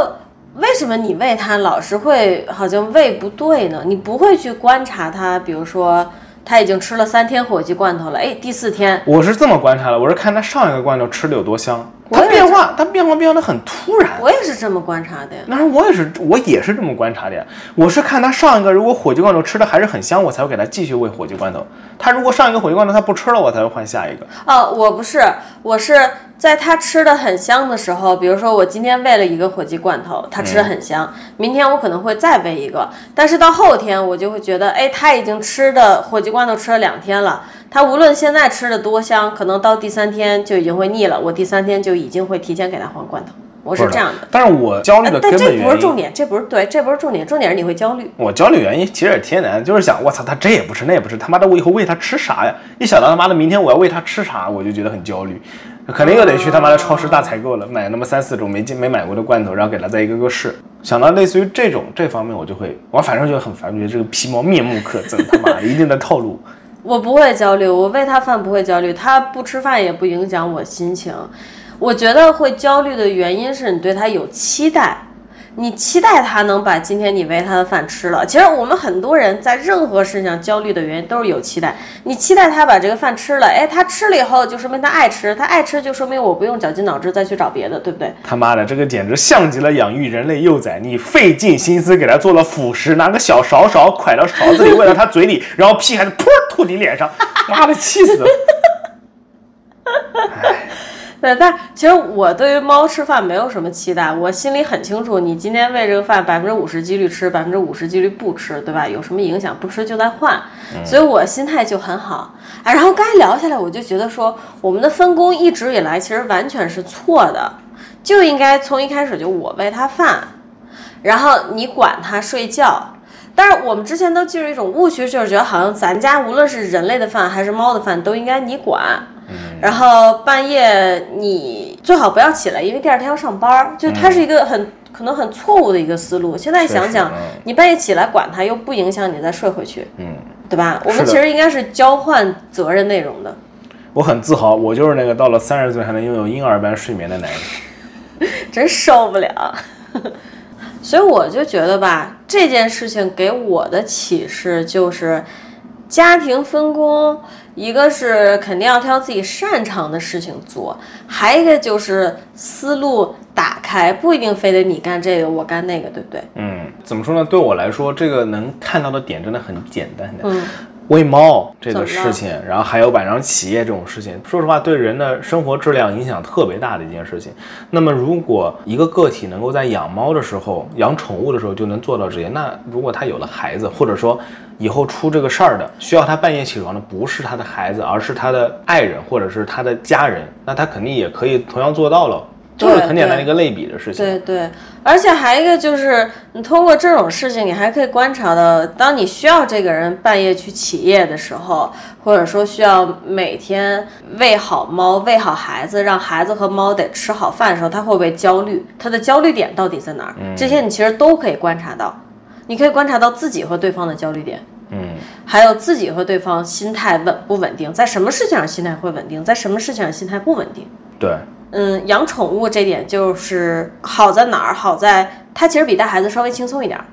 为什么你喂它老是会好像喂不对呢？你不会去观察它，比如说它已经吃了三天火鸡罐头了，哎，第四天我是这么观察的，我是看它上一个罐头吃的有多香，我它也变是化，它变化变化的很突然。我也是这么观察的呀。但是我也是，我也是这么观察的呀。我是看它上一个，如果火鸡罐头吃的还是很香，我才会给它继续喂火鸡罐头。它如果上一个火鸡罐头它不吃了，我才会换下一个。哦，我不是，我是在它吃的很香的时候，比如说我今天喂了一个火鸡罐头，它嗯吃的很香，明天我可能会再喂一个，但是到后天我就会觉得，哎，它已经吃的火鸡罐头吃了两天了，它无论现在吃的多香，可能到第三天就已经会腻了，我第三天就已经会提前给它换罐头，我是不这样的。但是我焦虑呃的但根这本不是原因重，点，这不是对，这不是重点，重点是你会焦虑。我焦虑原因其实也天然，就是想，我操，它这也不吃，那也不吃，他妈的，我以后喂它吃啥呀？一想到他妈的明天我要喂它吃啥，我就觉得很焦虑，肯定又得去他妈的超市大采购了，买那么三四种没见没买过的罐头，然后给它再一个个试。想到类似于这种这方面，我就会，我反正就很烦，觉得这个皮毛面目可憎，他妈的一定的套路。我不会焦虑，我喂它饭不会焦虑，它不吃饭也不影响我心情。我觉得会焦虑的原因是你对它有期待，你期待它能把今天你喂它的饭吃了。其实我们很多人在任何事情上焦虑的原因都是有期待，你期待它把这个饭吃了，哎，它吃了以后就说明它爱吃，它爱吃就说明我不用绞尽脑汁再去找别的，对不对？他妈的，这个简直像极了养育人类幼崽，你费尽心思给它做了辅食，拿个小勺勺㧟到勺子里，喂到它嘴里，然后屁孩子噗吐你脸上，妈的气死了！ 对，但其实我对于猫吃饭没有什么期待，我心里很清楚，你今天喂这个饭，百分之五十几率吃，百分之五十几率不吃，对吧？有什么影响，不吃就再换，嗯所以我心态就很好。哎，然后刚才聊下来，我就觉得说，我们的分工一直以来其实完全是错的，就应该从一开始就我喂它饭，然后你管它睡觉。但是我们之前都进入一种误区，就是觉得好像咱家无论是人类的饭还是猫的饭，都应该你管。嗯然后半夜你最好不要起来，因为第二天要上班儿。就它是一个很、可能很错误的一个思路。现在想想确实，啊你半夜起来管它，又不影响你再睡回去，嗯，对吧？我是们的其实应该是交换责任内容的。我很自豪，我就是那个到了三十岁还能拥有婴儿般睡眠的男人。真受不了。 所以我就觉得吧，这件事情给我的启示就是，家庭分工，一个是肯定要挑自己擅长的事情做，还一个就是思路打开，不一定非得你干这个我干那个，对不对？嗯，怎么说呢？对我来说，这个能看到的点真的很简单的。嗯，喂猫这怎么个了事情，然后还有晚上起夜这种事情，说实话，对人的生活质量影响特别大的一件事情。那么，如果一个个体能够在养猫的时候、养宠物的时候就能做到这些，那如果他有了孩子，或者说以后出这个事儿的，需要他半夜起床的不是他的孩子，而是他的爱人或者是他的家人，那他肯定也可以同样做到了，就是对很简单的对一个类比的事情。对对，而且还一个就是，你通过这种事情，你还可以观察到，当你需要这个人半夜去起夜的时候，或者说需要每天喂好猫、喂好孩子，让孩子和猫得吃好饭的时候，他会不会焦虑？他的焦虑点到底在哪儿？嗯这些你其实都可以观察到，你可以观察到自己和对方的焦虑点。嗯。还有自己和对方心态稳不稳定，在什么事情上心态会稳定，在什么事情上心态不稳定。对，嗯，养宠物这点就是好在哪儿？好在它其实比带孩子稍微轻松一点儿，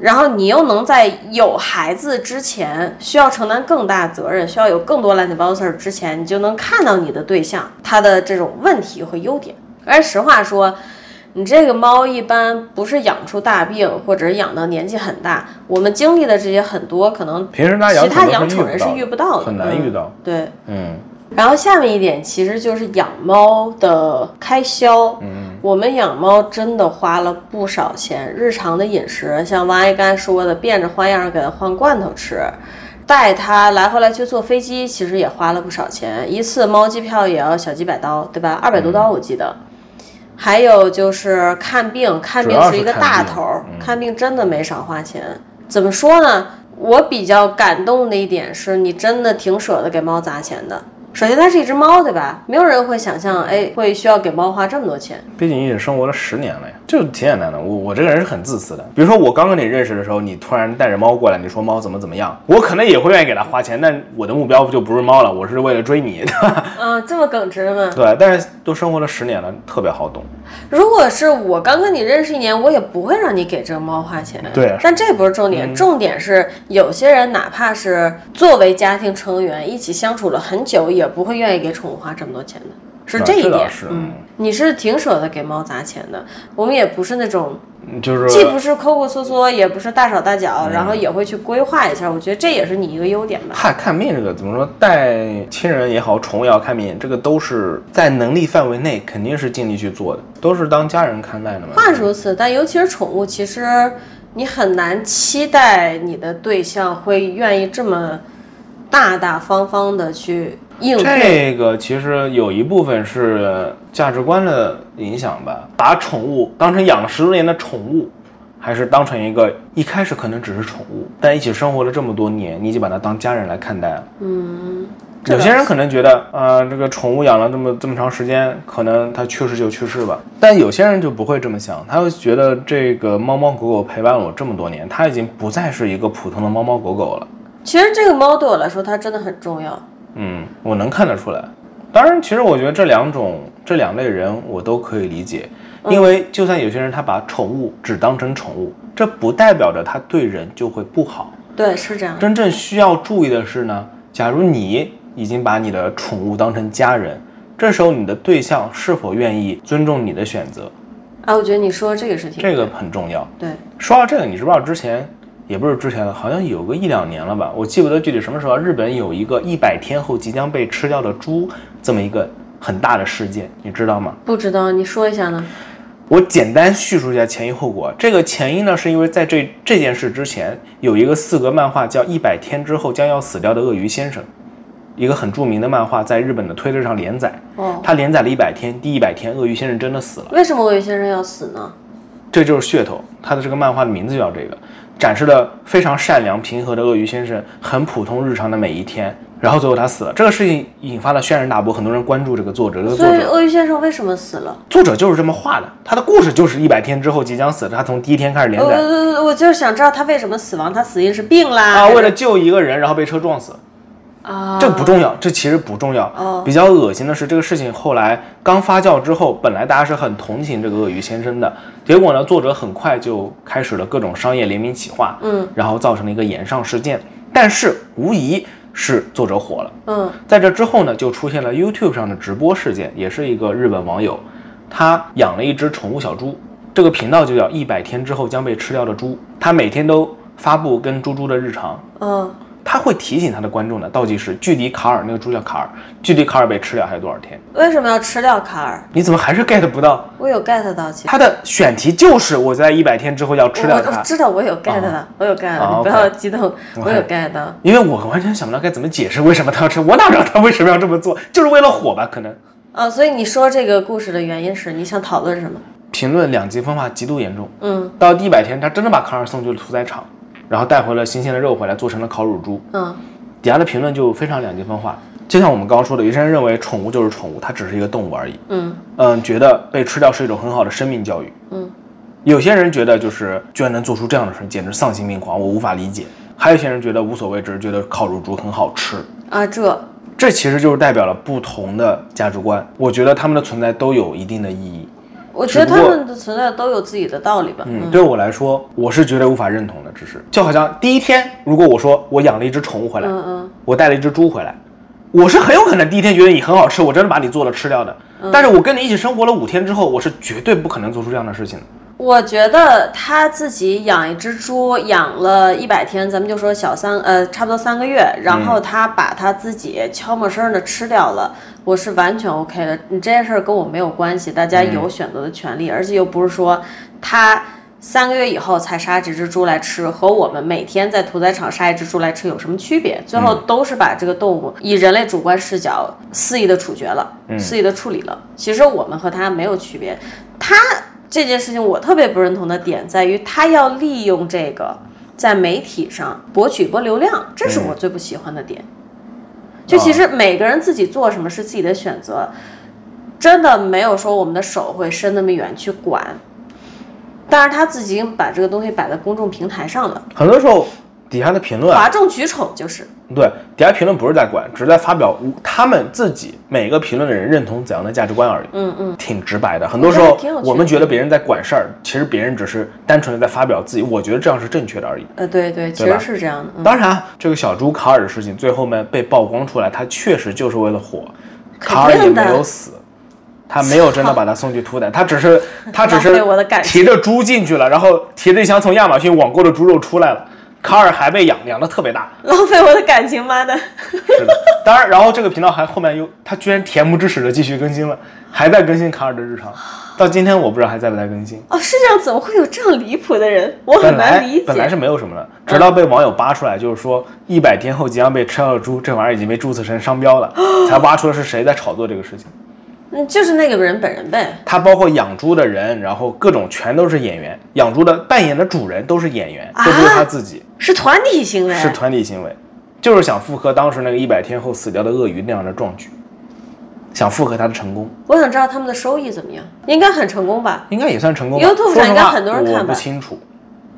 然后你又能在有孩子之前需要承担更大责任，需要有更多 land bouncer 之前，你就能看到你的对象他的这种问题和优点。而实话说，你这个猫一般不是养出大病，或者养到年纪很大，我们经历的这些很多可能平时大家养其他宠养物宠人是遇不到的，很难遇到。嗯对。嗯，然后下面一点其实就是养猫的开销。嗯，我们养猫真的花了不少钱，日常的饮食，像王阿姨刚才说的，变着花样给它换罐头吃。带它来回来去坐飞机，其实也花了不少钱，一次猫机票也要小几百刀，对吧？二百多刀我记得。还有就是看病，看病嗯是一个大头儿，看病真的没少花钱。怎么说呢？我比较感动的一点是你真的挺舍得给猫砸钱的。首先，它是一 只猫，对吧？没有人会想象，哎，会需要给猫花这么多钱。毕竟也生活了十年了呀。就挺简单的。我我这个人是很自私的。比如说我刚跟你认识的时候，你突然带着猫过来，你说猫怎么怎么样，我可能也会愿意给它花钱，但我的目标就不是猫了，我是为了追你，对吧？嗯，这么耿直吗？ 对。但是都生活了十年了，特别好懂。如果是我刚跟你认识一年，我也不会让你给这个猫花钱。对啊嗯但这不是重点，重点是有些人哪怕是作为家庭成员一起相处了很久，也不会愿意给宠物花这么多钱的，是啊这一这倒点。是嗯，你是挺舍得给猫砸钱的，我们也不是那种嗯就是嗯既不是抠抠缩缩，也不是大手大脚，然后也会去规划一下。我觉得这也是你一个优点吧。看看病这个怎么说，带亲人也好，宠物也好，看病这个都是在能力范围内，肯定是尽力去做的，都是当家人看待的嘛。话是如此，但尤其是宠物，其实你很难期待你的对象会愿意这么大大方方的去应对。这个其实有一部分是价值观的影响吧，把宠物当成养了十多年的宠物，还是当成一个一开始可能只是宠物，但一起生活了这么多年，你已经把它当家人来看待了。嗯，这有倒些人可能觉得，呃，这个宠物养了这么这么长时间，可能它去世就去世吧。但有些人就不会这么想，他会觉得这个猫猫狗狗陪伴了我这么多年，它已经不再是一个普通的猫猫狗狗了。其实这个猫对我来说，它真的很重要。嗯，我能看得出来。当然，其实我觉得这两种这两类人我都可以理解，因为就算有些人他把宠物只当成宠物，这不代表着他对人就会不好。对，是这样。真正需要注意的是呢，假如你已经把你的宠物当成家人，这时候你的对象是否愿意尊重你的选择，哎、我觉得你说这个是挺这个很重要。对。说到这个，你知不知道之前也不是之前了，好像有个一两年了吧，我记不得具体什么时候，日本有一个一百天后即将被吃掉的猪这么一个很大的事件，你知道吗？不知道你说一下呢？我简单叙述一下前因后果。这个前因呢，是因为在这这件事之前，有一个四格漫画叫《一百天之后将要死掉的鳄鱼先生》，一个很著名的漫画，在日本的推特上连载。哦，它连载了一百天，第一百天，鳄鱼先生真的死了。为什么我有些人要死呢？这就是噱头。他的这个漫画的名字就叫这个，展示了非常善良平和的鳄鱼先生很普通日常的每一天。然后最后他死了，这个事情引发了轩然大波，很多人关注这个作者。这个作所以者鳄鱼先生为什么死了？作者就是这么画的，他的故事就是一百天之后即将死，他从第一天开始连我载。我我就是想知道他为什么死亡，他死因是病啦？啊，为了救一个人，然后被车撞死，啊，这不重要，这其实不重要。哦比较恶心的是，这个事情后来刚发酵之后，本来大家是很同情这个鳄鱼先生的，结果呢，作者很快就开始了各种商业联名企划，嗯，然后造成了一个延上事件。但是无疑是作者火了。嗯在这之后呢，就出现了 YouTube 上的直播事件，也是一个日本网友，他养了一只宠物小猪，这个频道就叫“一百天之后将被吃掉的猪”，他每天都发布跟猪猪的日常。嗯。他会提醒他的观众的倒计时，距离卡尔那个猪叫卡尔，距离卡尔被吃掉还有多少天？为什么要吃掉卡尔？你怎么还是 get 不到？我有 get 到，其实他的选题就是我在一百天之后要吃我掉我它，知道我有 get 到，我有 get 到，啊你不 OK 要激动，我有 get 到。因为我完全想不到该怎么解释为什么他要吃，我哪知道他为什么要这么做？就是为了火吧？可能啊，所以你说这个故事的原因是你想讨论什么？评论两极分化极度严重。嗯到第一百天，他真的把卡尔送去了屠宰场，然后带回了新鲜的肉回来，做成了烤乳猪。嗯底下的评论就非常两极分化，就像我们刚刚说的，有些人认为宠物就是宠物，它只是一个动物而已。嗯嗯，觉得被吃掉是一种很好的生命教育。嗯，有些人觉得就是居然能做出这样的事，简直丧心病狂，我无法理解。还有一些人觉得无所谓，只是觉得烤乳猪很好吃。啊，这这其实就是代表了不同的价值观。我觉得他们的存在都有一定的意义。我觉得只他不过们的存在都有自己的道理吧。嗯，对我来说，我是绝对无法认同的。只是就好像第一天，如果我说我养了一只宠物回来，嗯嗯我带了一只猪回来，我是很有可能第一天觉得你很好吃，我真的把你做了吃掉的。嗯但是我跟你一起生活了五天之后，我是绝对不可能做出这样的事情的。我觉得他自己养一只猪，养了一百天，咱们就说小三呃，差不多三个月，然后他把他自己悄没声的吃掉了，我是完全 OK 的。你这件事儿跟我没有关系，大家有选择的权利，而且又不是说他三个月以后才杀几只猪来吃，和我们每天在屠宰场杀一只猪来吃有什么区别？最后都是把这个动物以人类主观视角肆意的处决了，肆意的处理了。其实我们和他没有区别，他。这件事情我特别不认同的点在于，他要利用这个在媒体上博取一波流量，这是我最不喜欢的点。就其实每个人自己做什么是自己的选择，真的没有说我们的手会伸那么远去管。但是他自己已经把这个东西摆在公众平台上了，很多时候底下的评论啊，哗众取宠就是。对底下评论不是在管，只是在发表他们自己每个评论的人认同怎样的价值观而已。嗯嗯，挺直白的，很多时我觉得候挺有趣的我们觉得别人在管事儿，其实别人只是单纯的在发表自己，我觉得这样是正确的而已。呃，对对，其对吧实是这样的。嗯当然啊，这个小猪卡尔的事情最后面被曝光出来，他确实就是为了火，卡尔也肯定的没有死，他没有真的把他送去屠宰，他只是他只浪是费我的感情提着猪进去了，然后提着一箱从亚马逊网购的猪肉出来了，卡尔还被养养的特别大，浪费我的感情，妈的！是的。 当然，然后这个频道还后面又他居然恬不知耻的继续更新了，还在更新卡尔的日常，到今天我不知道还在不在更新。哦，世界上怎么会有这样离谱的人？我很本难来理解。本来是没有什么的，直到被网友扒出来，就是说一百天后即将被吃掉的猪，这玩意儿已经被注册成商标了，才挖出了是谁在炒作这个事情。嗯，就是那个人本人呗。他包括养猪的人，然后各种全都是演员，养猪的扮演的主人都是演员，啊都不是他自己，是团体行为，是团体行为，就是想复刻当时那个一百天后死掉的鳄鱼那样的壮举，想复刻他的成功，我想知道他们的收益怎么样，应该很成功吧？应该也算成功吧。 YouTube 上说实应该话很多人看吧我不清楚。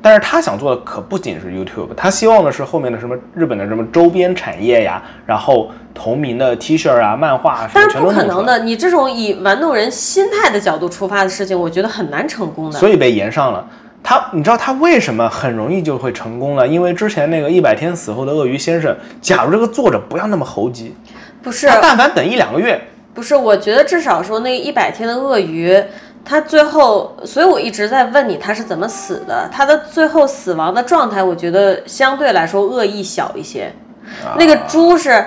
但是他想做的可不仅是 YouTube，他希望的是后面的什么日本的什么周边产业呀，然后同名的 T 恤啊、漫画啊，什但么是全不都弄可出能来，的，你这种以玩弄人心态的角度出发的事情，我觉得很难成功的。所以被延上了。他，你知道他为什么很容易就会成功了？因为之前那个一百天死后的鳄鱼先生，假如这个作者不要那么猴急，不是他但凡等一两个月，不是，我觉得至少说那一百天的鳄鱼，它最后，所以我一直在问你它是怎么死的。它的最后死亡的状态，我觉得相对来说恶意小一些。啊那个猪是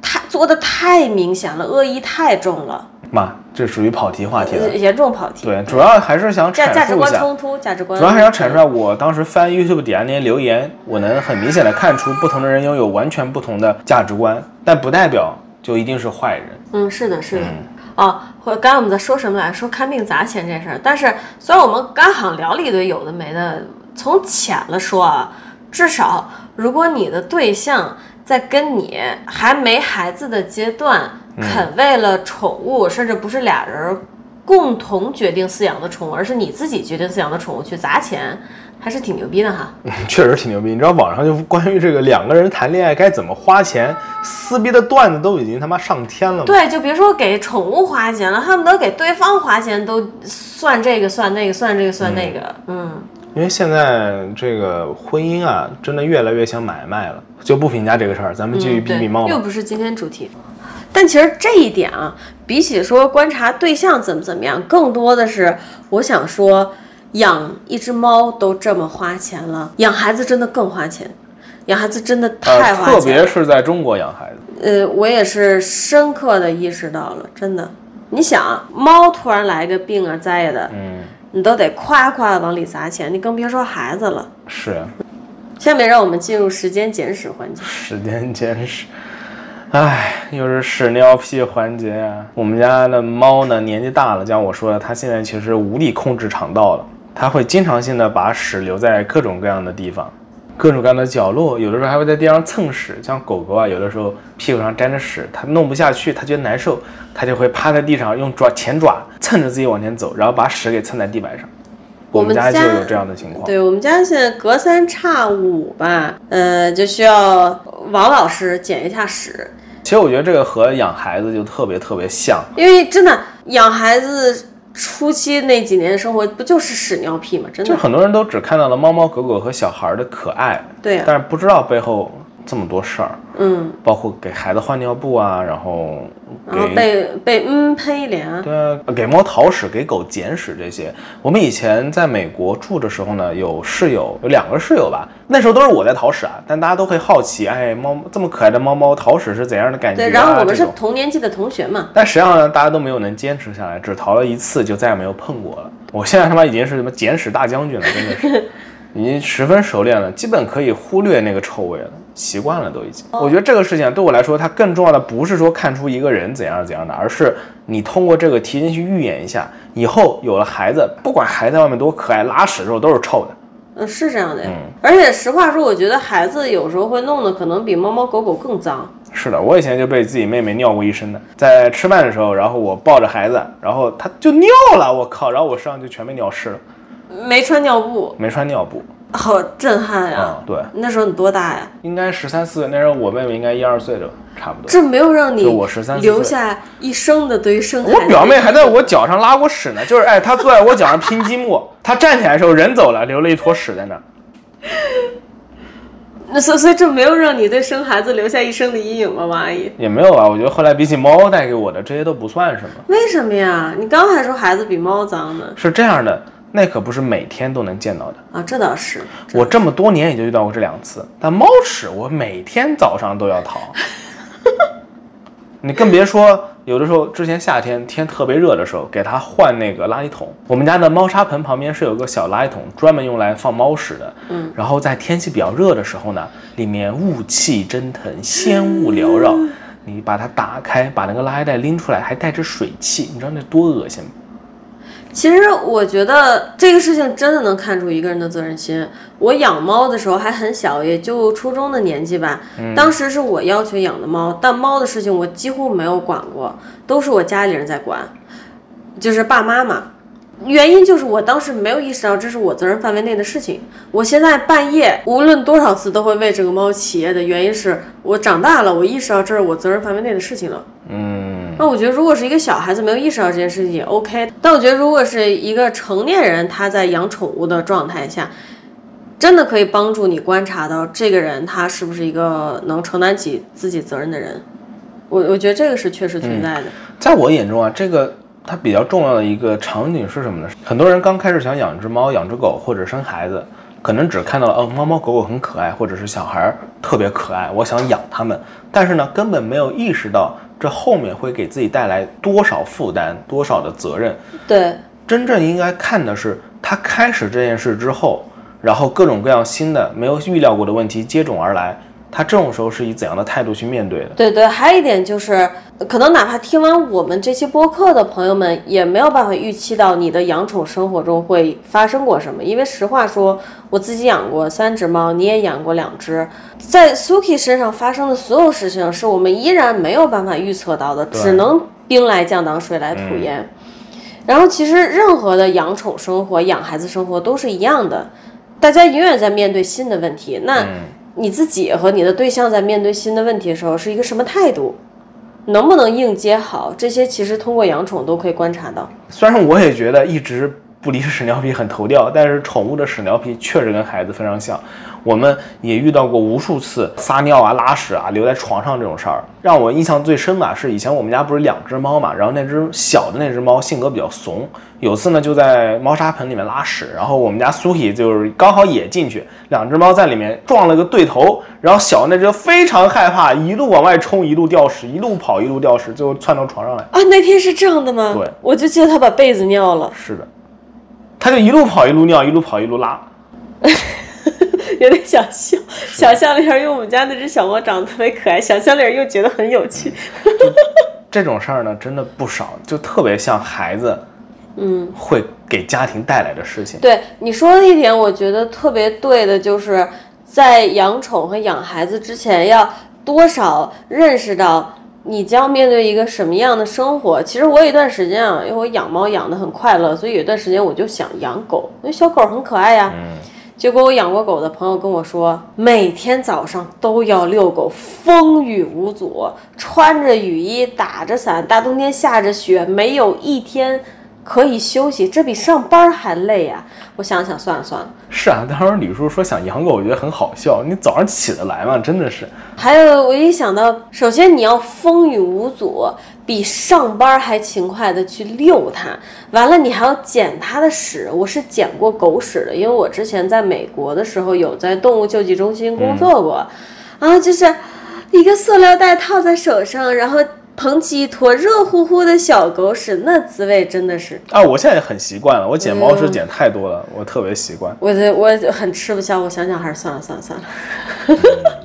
太做的太明显了，恶意太重了，妈，这属于跑题话题了呃。严重跑题。对，主要还是想价价阐值述一观下，冲突，价值观主要还是要阐述一下，我当时翻 YouTube 底下那些留言，我能很明显的看出不同的人拥有完全不同的价值观，但不代表就一定是坏人。嗯，是的，是的。哦，或者刚才我们在说什么来说看病砸钱这事儿，但是虽然我们刚好聊了一堆有的没的，从浅了说啊，至少如果你的对象在跟你还没孩子的阶段，肯为了宠物，甚至不是俩人共同决定饲养的宠物，而是你自己决定饲养的宠物去砸钱，还是挺牛逼的哈。 确实挺牛逼，你知道网上就关于这个两个人谈恋爱该怎么花钱撕逼的段子都已经他妈上天了。对，就别说给宠物花钱了，恨不得给对方花钱都算这个算那个，算这个算那个，嗯因为现在这个婚姻啊，真的越来越像买卖了，就不评价这个事儿，咱们继续嗯对，比比猫吧。又不是今天主题。但其实这一点啊，比起说观察对象怎么怎么样，更多的是我想说，养一只猫都这么花钱了，养孩子真的更花钱，养孩子真的太呃，花特钱了。别是在中国养孩子，呃，我也是深刻的意识到了，真的。你想，猫突然来个病啊灾呀的，嗯，你都得夸夸地往里砸钱，你更别说孩子了。是下面让我们进入时间简史环节。时间简史，唉，又是屎尿屁环节啊！我们家的猫呢，年纪大了，像我说的，它现在其实无力控制肠道了，它会经常性的把屎留在各种各样的地方，各种各样的角落，有的时候还会在地上蹭屎。像狗狗啊，有的时候屁股上沾着屎，它弄不下去，它觉得难受，它就会趴在地上用爪前爪蹭着自己往前走，然后把屎给蹭在地板上。我我们们家就家有这样的情况。对我们家现在隔三差五吧，呃，就需要王老师捡一下屎，其实我觉得这个和养孩子就特别特别像。因为真的养孩子初期那几年生活不就是屎尿屁吗？真就的，很多人都只看到了猫猫狗狗和小孩儿的可爱，对呀、但是不知道背后这么多事儿，嗯，包括给孩子换尿布啊，然后然后给被被嗯喷一脸啊，对啊，给猫淘屎、给狗捡屎这些。我们以前在美国住的时候呢，有室友，有两个室友吧，那时候都是我在淘屎啊，但大家都会好奇，哎，猫这么可爱的猫猫淘屎是怎样的感觉、啊？对，然后我们这是种同年级的同学嘛，但实际上呢，大家都没有能坚持下来，只逃了一次就再也没有碰过了。我现在他妈已经是什么捡屎大将军了，真的是，已经十分熟练了，基本可以忽略那个臭味了，习惯了都已经。我觉得这个事情啊对我来说，它更重要的不是说看出一个人怎样怎样的，而是你通过这个提前去预演一下，以后有了孩子，不管孩子在外面多可爱，拉屎的时候都是臭的。嗯，是这样的呀。而且实话说，我觉得孩子有时候会弄得可能比猫猫狗狗更脏。是的，我以前就被自己妹妹尿过一身的，在吃饭的时候，然后我抱着孩子，然后她就尿了，我靠，然后我身上就全被尿湿了。没穿尿布，没穿尿布好震撼呀！啊、对，那时候你多大呀？应该十三四岁，那时候我妹妹应该一二岁就差不多。这没有让你就我13岁留下一生的对于生孩子。我表妹还在我脚上拉过屎呢，就是哎，她坐在我脚上拼积木，她站起来的时候人走了，留了一坨屎在那儿。那所所以这没有让你对生孩子留下一生的阴影吗，王阿姨？也没有啊，我觉得后来比起猫带给我的这些都不算什么。为什么呀？你刚还说孩子比猫脏呢是这样的，那可不是每天都能见到的。啊，这倒是。我这么多年也就遇到过这两次，但猫屎我每天早上都要掏。你更别说，有的时候之前夏天天特别热的时候，给它换那个垃圾桶。我们家的猫砂盆旁边是有个小垃圾桶，专门用来放猫屎的。嗯，然后在天气比较热的时候呢，里面雾气蒸腾，仙雾缭绕。你把它打开，把那个垃圾袋拎出来，还带着水汽，你知道那多恶心吗？其实我觉得这个事情真的能看出一个人的责任心。我养猫的时候还很小，也就初中的年纪吧。当时是我要求养的猫，但猫的事情我几乎没有管过，都是我家里人在管，就是爸妈嘛。原因就是我当时没有意识到这是我责任范围内的事情。我现在半夜无论多少次都会为这个猫起夜的原因是我长大了，我意识到这是我责任范围内的事情了。嗯，那我觉得，如果是一个小孩子没有意识到这件事情也 OK，但我觉得如果是一个成年人他在养宠物的状态下，真的可以帮助你观察到这个人他是不是一个能承担起自己责任的人。我我觉得这个是确实存在的。在我眼中啊，这个它比较重要的一个场景是什么呢？很多人刚开始想养只猫、养只狗或者生孩子，可能只看到了哦，猫猫狗狗很可爱，或者是小孩儿特别可爱，我想养它们。但是呢，根本没有意识到这后面会给自己带来多少负担、多少的责任。对，真正应该看的是他开始这件事之后，然后各种各样新的没有预料过的问题接踵而来，他这种时候是以怎样的态度去面对的？对对，还有一点就是，可能哪怕听完我们这期播客的朋友们，也没有办法预期到你的养宠生活中会发生过什么。因为实话说，我自己养过三只猫，你也养过两只，在 Suki 身上发生的所有事情，是我们依然没有办法预测到的，对只能兵来将挡，水来土掩。然后，其实任何的养宠生活、养孩子生活都是一样的，大家永远在面对新的问题。那、你自己和你的对象在面对新的问题的时候是一个什么态度，能不能应接好，这些其实通过养宠都可以观察到。虽然我也觉得一直不离屎尿屁很头掉，但是宠物的屎尿屁确实跟孩子非常像。我们也遇到过无数次撒尿啊、拉屎啊、留在床上这种事儿。让我印象最深吧，是以前我们家不是两只猫嘛，然后那只小的那只猫性格比较怂，有次呢就在猫砂盆里面拉屎，然后我们家苏喜就是刚好也进去，两只猫在里面撞了个对头，然后小的那只非常害怕，一路往外冲，一路掉屎，一路跑，一路掉屎，最后窜到床上来。啊，那天是这样的吗？对，我就记得他把被子尿了， 是的，他就一路跑一路尿，一路跑一路拉。有点想笑，想象了一下，因为我们家那只小猫长得特别可爱，想象了一下又觉得很有趣。这种事儿呢，真的不少，就特别像孩子嗯，会给家庭带来的事情。对你说的一点，我觉得特别对的，就是在养宠和养孩子之前，要多少认识到你将面对一个什么样的生活。其实我有一段时间啊，因为我养猫养得很快乐，所以有一段时间我就想养狗，因为小狗很可爱呀、嗯，结果我养过狗的朋友跟我说，每天早上都要遛狗，风雨无阻，穿着雨衣，打着伞，大冬天下着雪，没有一天可以休息，这比上班还累呀、我想想，算了算了。是啊，当时李叔说想养狗，我觉得很好笑。你早上起得来吗？真的是，还有，我一想到，首先你要风雨无阻，比上班还勤快的去遛它，完了你还要捡它的屎。我是捡过狗屎的，因为我之前在美国的时候有在动物救济中心工作过，然后就是一个塑料袋套在手上，然后捧起一坨热乎乎的小狗屎，那滋味真的是。啊，我现在也很习惯了。我嗯捡猫屎捡太多了，我特别习惯。我的我很吃不消，我想想还是算了算了算了。嗯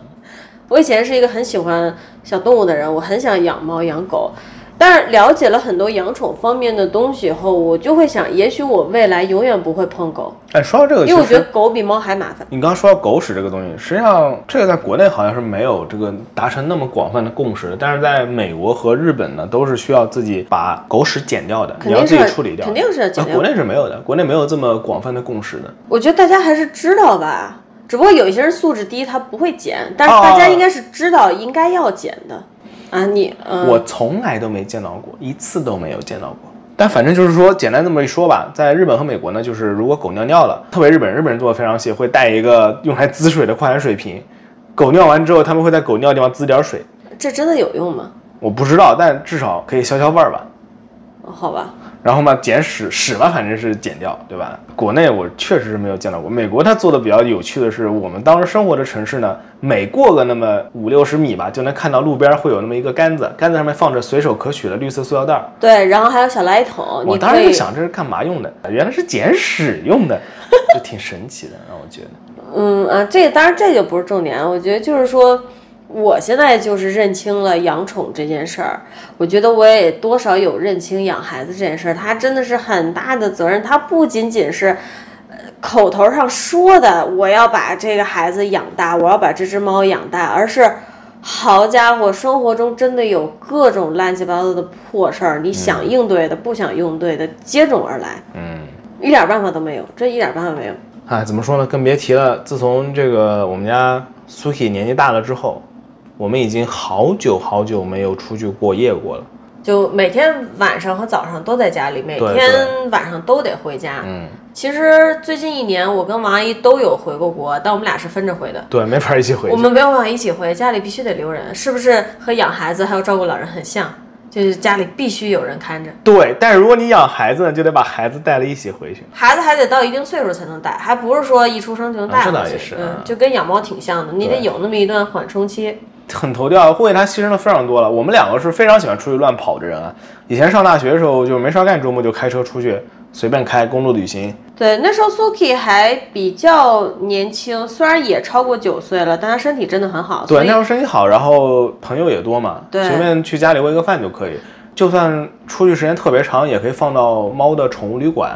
我以前是一个很喜欢小动物的人，我很想养猫养狗，但是了解了很多养宠方面的东西以后，我就会想，也许我未来永远不会碰狗，哎，说到这个，因为我其实觉得狗比猫还麻烦。你刚刚说到狗屎这个东西，实际上这个在国内好像是没有这个达成那么广泛的共识的，但是在美国和日本呢，都是需要自己把狗屎剪掉的，肯你要定自是己处理掉，肯定是要剪啊掉国内是没有的，国内没有这么广泛的共识的。我觉得大家还是知道吧，只不过有一些人素质低，他不会剪，但是哦大家应该是知道应该要剪的。啊，你嗯，我从来都没见到过，一次都没有见到过。但反正就是说，简单这么一说吧，在日本和美国呢，就是如果狗尿尿了，特别日本，日本人做的非常细，会带一个用来滋水的矿泉水瓶，狗尿完之后，他们会在狗尿的地方滋点水，这真的有用吗？我不知道，但至少可以消消味儿吧。哦好吧，然后嘛，捡屎屎嘛，反正是捡掉，对吧？国内我确实是没有见到过。美国它做的比较有趣的是，我们当时生活的城市呢，每过个那么五六十米吧，就能看到路边会有那么一个杆子，杆子上面放着随手可取的绿色塑料袋儿。对，然后还有小垃圾桶，我哦你当可时就以，想这是干嘛用的，原来是捡屎用的，就挺神奇的，让我觉得。嗯啊，这当然这就不是重点，啊我觉得就是说。我现在就是认清了养宠这件事儿，我觉得我也多少有认清养孩子这件事儿，它真的是很大的责任，它不仅仅是口头上说的我要把这个孩子养大，我要把这只猫养大，而是好家伙，生活中真的有各种乱七八糟的破事儿，你想应对的，不想应对的接踵而来，嗯，一点办法都没有，真一点办法没有。哎，怎么说呢？更别提了。自从这个我们家 Suki 年纪大了之后，我们已经好久好久没有出去过夜过了。就每天晚上和早上都在家里，每对天晚上都得回家。嗯，其实最近一年，我跟王阿姨都有回过国，但我们俩是分着回的。对，没法一起回去我。们没有办法一起回，家里必须得留人，是不是和养孩子还有照顾老人很像？就是家里必须有人看着，对，但是如果你养孩子呢，就得把孩子带了一起回去。孩子还得到一定岁数才能带，还不是说一出生就能带啊回这去。倒也是啊嗯，就跟养猫挺像的，你得对有那么一段缓冲期。很头掉，为他牺牲了非常多了。我们两个是非常喜欢出去乱跑的人啊。以前上大学的时候，就没事儿干，周末就开车出去随便开公路旅行。对，那时候 Suki 还比较年轻，虽然也超过九岁了，但她身体真的很好。哦所对，以那时候生意好，然后朋友也多嘛，对随便去家里喂个饭就可以。就算出去时间特别长，也可以放到猫的宠物旅馆。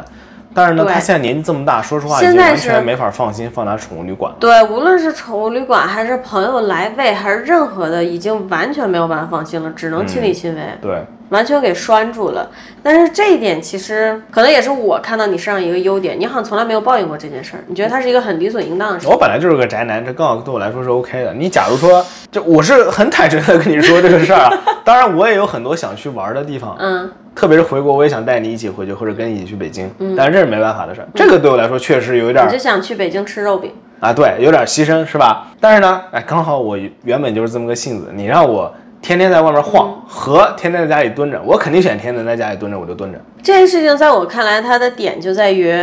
但是呢，对他现在年纪这么大，说实话已现经在完全是没法放心放他宠物旅馆了。对，无论是宠物旅馆，还是朋友来喂，还是任何的，已经完全没有办法放心了，只能亲力亲为，对，完全给拴住了。但是这一点其实可能也是我看到你身上一个优点，你好像从来没有抱怨过这件事儿，你觉得它是一个很理所应当的事。我本来就是个宅男，这刚好对我来说是 OK 的。你假如说，这我是很坦诚的跟你说这个事儿啊。当然，我也有很多想去玩的地方，嗯，特别是回国，我也想带你一起回去，或者跟你一起去北京。嗯但是这是没办法的事儿，这个对我来说确实有一点我儿就想去北京吃肉饼，啊，对，有点牺牲是吧？但是呢，哎，刚好我原本就是这么个性子，你让我天天在外面嗯晃和天天在家里蹲着，我肯定选天天在家里蹲着，我就蹲着。这件事情在我看来，它的点就在于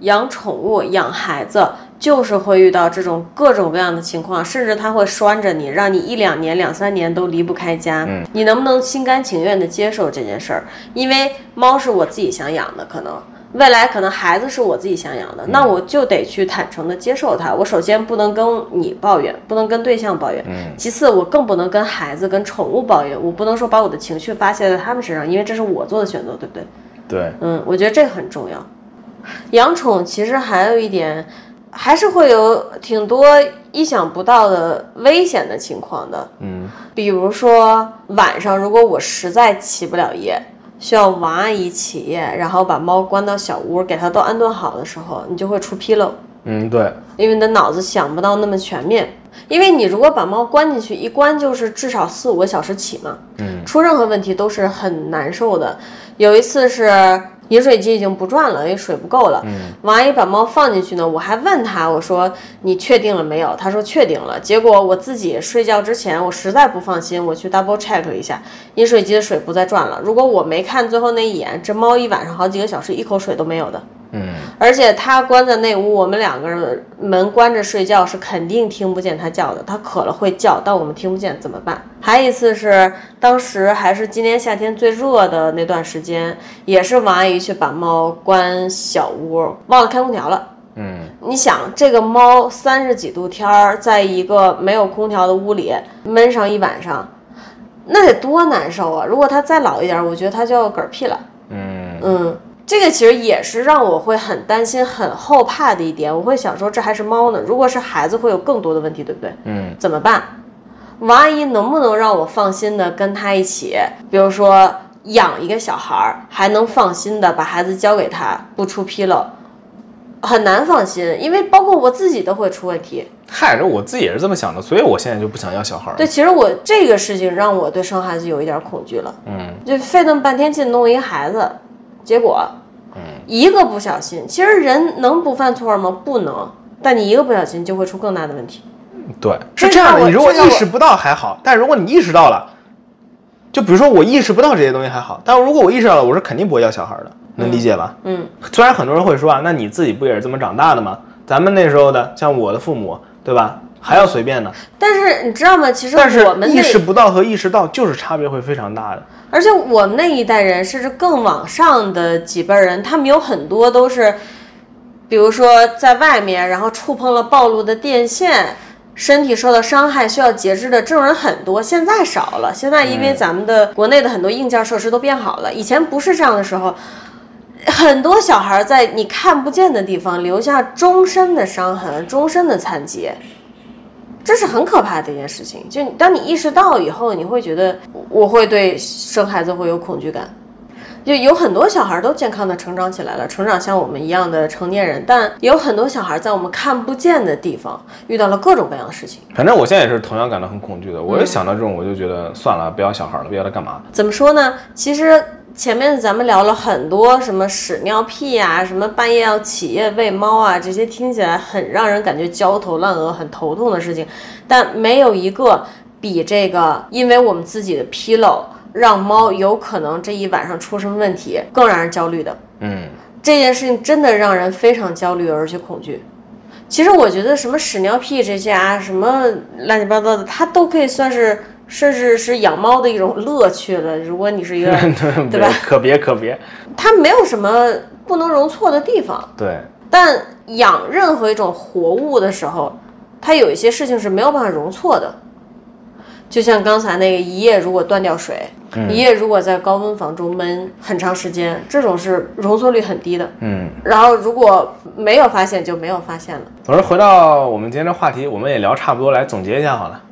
养宠物、养孩子，就是会遇到这种各种各样的情况，甚至它会拴着你，让你一两年、两三年都离不开家。嗯，你能不能心甘情愿的接受这件事儿？因为猫是我自己想养的，可能。未来可能孩子是我自己想养的，那我就得去坦诚的接受它。我首先不能跟你抱怨，不能跟对象抱怨，其次我更不能跟孩子、跟宠物抱怨。我不能说把我的情绪发泄在他们身上，因为这是我做的选择，对不对？对，嗯，我觉得这个很重要。养宠其实还有一点，还是会有挺多意想不到的危险的情况的。嗯，比如说晚上，如果我实在起不了夜，需要王阿姨起夜，然后把猫关到小屋，给它都安顿好的时候，你就会出纰漏。嗯，对，因为你的脑子想不到那么全面。因为你如果把猫关进去，一关就是至少四五个小时起嘛，嗯，出任何问题都是很难受的。有一次是饮水机已经不转了，因为水不够了，嗯，王阿姨把猫放进去呢，我还问她，我说你确定了没有？她说确定了。结果我自己睡觉之前，我实在不放心，我去 double check 了一下，饮水机的水不再转了。如果我没看最后那一眼，这猫一晚上好几个小时一口水都没有的。嗯，而且他关在那屋，我们两个人门关着睡觉是肯定听不见他叫的。他渴了会叫，但我们听不见，怎么办？还有一次是当时还是今年夏天最热的那段时间，也是王阿姨去把猫关小屋，忘了开空调了。嗯，你想，这个猫三十几度天儿，在一个没有空调的屋里闷上一晚上，那得多难受啊！如果他再老一点，我觉得他就要嗝屁了。嗯，嗯，这个其实也是让我会很担心、很后怕的一点。我会想说，这还是猫呢，如果是孩子，会有更多的问题，对不对？嗯，怎么办？王阿姨能不能让我放心的跟她一起，比如说养一个小孩儿，还能放心的把孩子交给她，不出纰漏？很难放心，因为包括我自己都会出问题。嗨，这我自己也是这么想的，所以我现在就不想要小孩儿。对，其实我这个事情让我对生孩子有一点恐惧了。嗯，就费那么半天劲弄一个孩子，结果，一个不小心，其实人能不犯错吗？不能，但你一个不小心就会出更大的问题。对，这是这样让的。我你如果这让意我识不到还好，但如果你意识到了，就比如说我意识不到这些东西还好，但如果我意识到了，我是肯定不会要小孩儿的，能理解吧？嗯，虽然很多人会说啊，那你自己不也是这么长大的吗？咱们那时候的，像我的父母，对吧？还要随便呢，但是你知道吗？其实但是我们意那，识不到和意识到就是差别会非常大的。而且我们那一代人，甚至更往上的几辈人，他们有很多都是，比如说在外面，然后触碰了暴露的电线。身体受到伤害需要节制的这种人很多，现在少了。现在因为咱们的国内的很多硬件设施都变好了，以前不是这样的时候，很多小孩在你看不见的地方留下终身的伤痕、终身的残疾，这是很可怕的一件事情。就你当你意识到以后，你会觉得我会对生孩子会有恐惧感。就有很多小孩都健康的成长起来了，成长像我们一样的成年人，但也有很多小孩在我们看不见的地方遇到了各种各样的事情。反正我现在也是同样感到很恐惧的。我一嗯想到这种，我就觉得算了，不要小孩了，不要他干嘛？怎么说呢？其实前面咱们聊了很多什么屎尿屁呀、什么半夜要起夜喂猫啊，这些听起来很让人感觉焦头烂额、很头痛的事情，但没有一个比这个，因为我们自己的纰漏，让猫有可能这一晚上出什么问题，更让人焦虑的。 嗯，这件事情真的让人非常焦虑而且恐惧。其实我觉得什么屎尿屁这些啊，什么乱七八糟的，它都可以算是，甚至是养猫的一种乐趣了。如果你是一个， 对吧？可别可别，它没有什么不能容错的地方。对，但养任何一种活物的时候，它有一些事情是没有办法容错的。就像刚才那个一夜如果断掉水，一夜如果在高温房中闷很长时间，这种是容错率很低的。嗯。然后如果没有发现就没有发现了。总之，回到我们今天的话题，我们也聊差不多，来总结一下好了。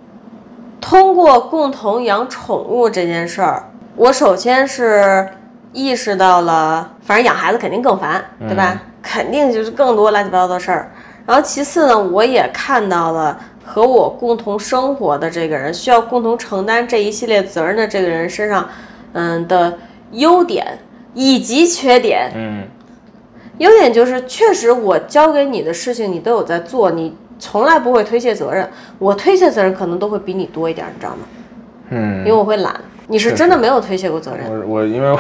通过共同养宠物这件事儿，我首先是意识到了，反正养孩子肯定更烦，对吧？肯定就是更多乱七八糟的事儿。然后其次呢，我也看到了和我共同生活的这个人，需要共同承担这一系列责任的这个人身上，嗯的优点以及缺点，嗯优点就是，确实我交给你的事情你都有在做，你从来不会推卸责任。我推卸责任可能都会比你多一点，你知道吗？因为嗯，我会懒。你是真的没有推卸过责任。我我因为我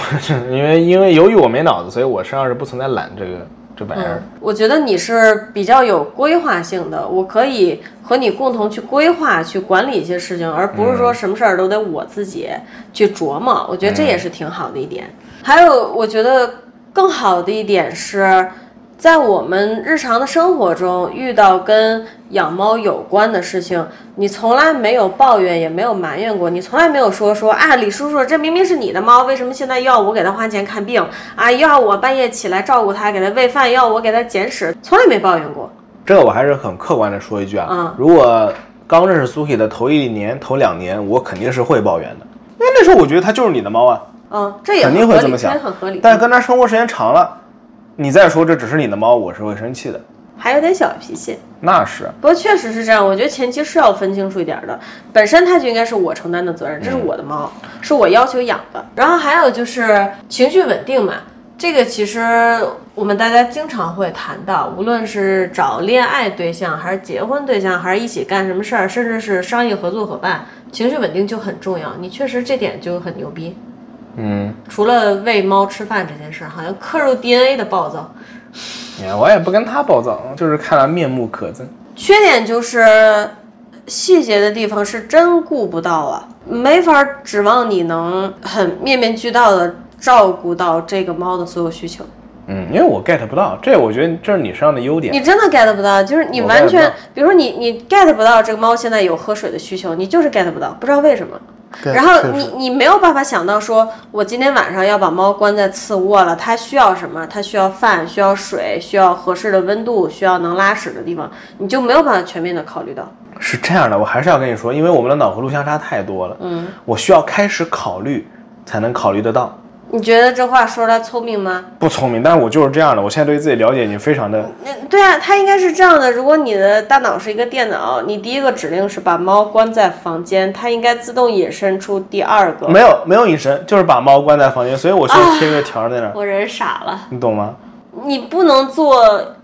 因为因为由于我没脑子，所以我身上是不存在懒这个这玩意儿。我觉得你是比较有规划性的，我可以和你共同去规划、去管理一些事情，而不是说什么事儿都得我自己去琢磨。我觉得这也是挺好的一点。还有，我觉得更好的一点是，在我们日常的生活中遇到跟养猫有关的事情，你从来没有抱怨，也没有埋怨过，你从来没有说说啊，李叔叔，这明明是你的猫，为什么现在又要我给它花钱看病啊？又要我半夜起来照顾它，给它喂饭，又要我给它捡屎，从来没抱怨过。这我还是很客观的说一句啊，嗯如果刚认识苏 k 的头一年、头两年，我肯定是会抱怨的，因为那时候我觉得它就是你的猫啊。嗯，这也肯定很会合这理么想这也很合理。但是跟它生活时间长了，你再说这只是你的猫，我是会生气的。还有点小脾气，那是，不过确实是这样。我觉得前期是要分清楚一点的，本身它就应该是我承担的责任，这是我的猫，是我要求养的。然后还有就是情绪稳定嘛，这个其实我们大家经常会谈到，无论是找恋爱对象，还是结婚对象，还是一起干什么事儿，甚至是商业合作伙伴，情绪稳定就很重要。你确实这点就很牛逼。嗯，除了喂猫吃饭这件事儿，好像刻入 DNA 的暴躁。哎我也不跟它暴躁，就是看它面目可憎。缺点就是细节的地方是真顾不到了，没法指望你能很面面俱到的照顾到这个猫的所有需求。嗯，因为我 get 不到，这我觉得这是你身上的优点。你真的 get 不到，就是你我完 get 不全到，比如说你你 get 不到这个猫现在有喝水的需求，你就是 get 不到，不知道为什么。对然后确实你你没有办法想到说，我今天晚上要把猫关在次卧了，它需要什么？它需要饭，需要水，需要合适的温度，需要能拉屎的地方，你就没有办法全面的考虑到。是这样的，我还是要跟你说，因为我们的脑回路相差太多了，嗯，我需要开始考虑才能考虑得到。你觉得这话说出来聪明吗？不聪明，但是我就是这样的，我现在对自己了解已经非常的，嗯，对啊，它应该是这样的。如果你的大脑是一个电脑，你第一个指令是把猫关在房间，它应该自动引申出第二个。没有没有隐身，就是把猫关在房间，所以我需啊要贴个条儿在那儿，我人傻了，你懂吗？你不能做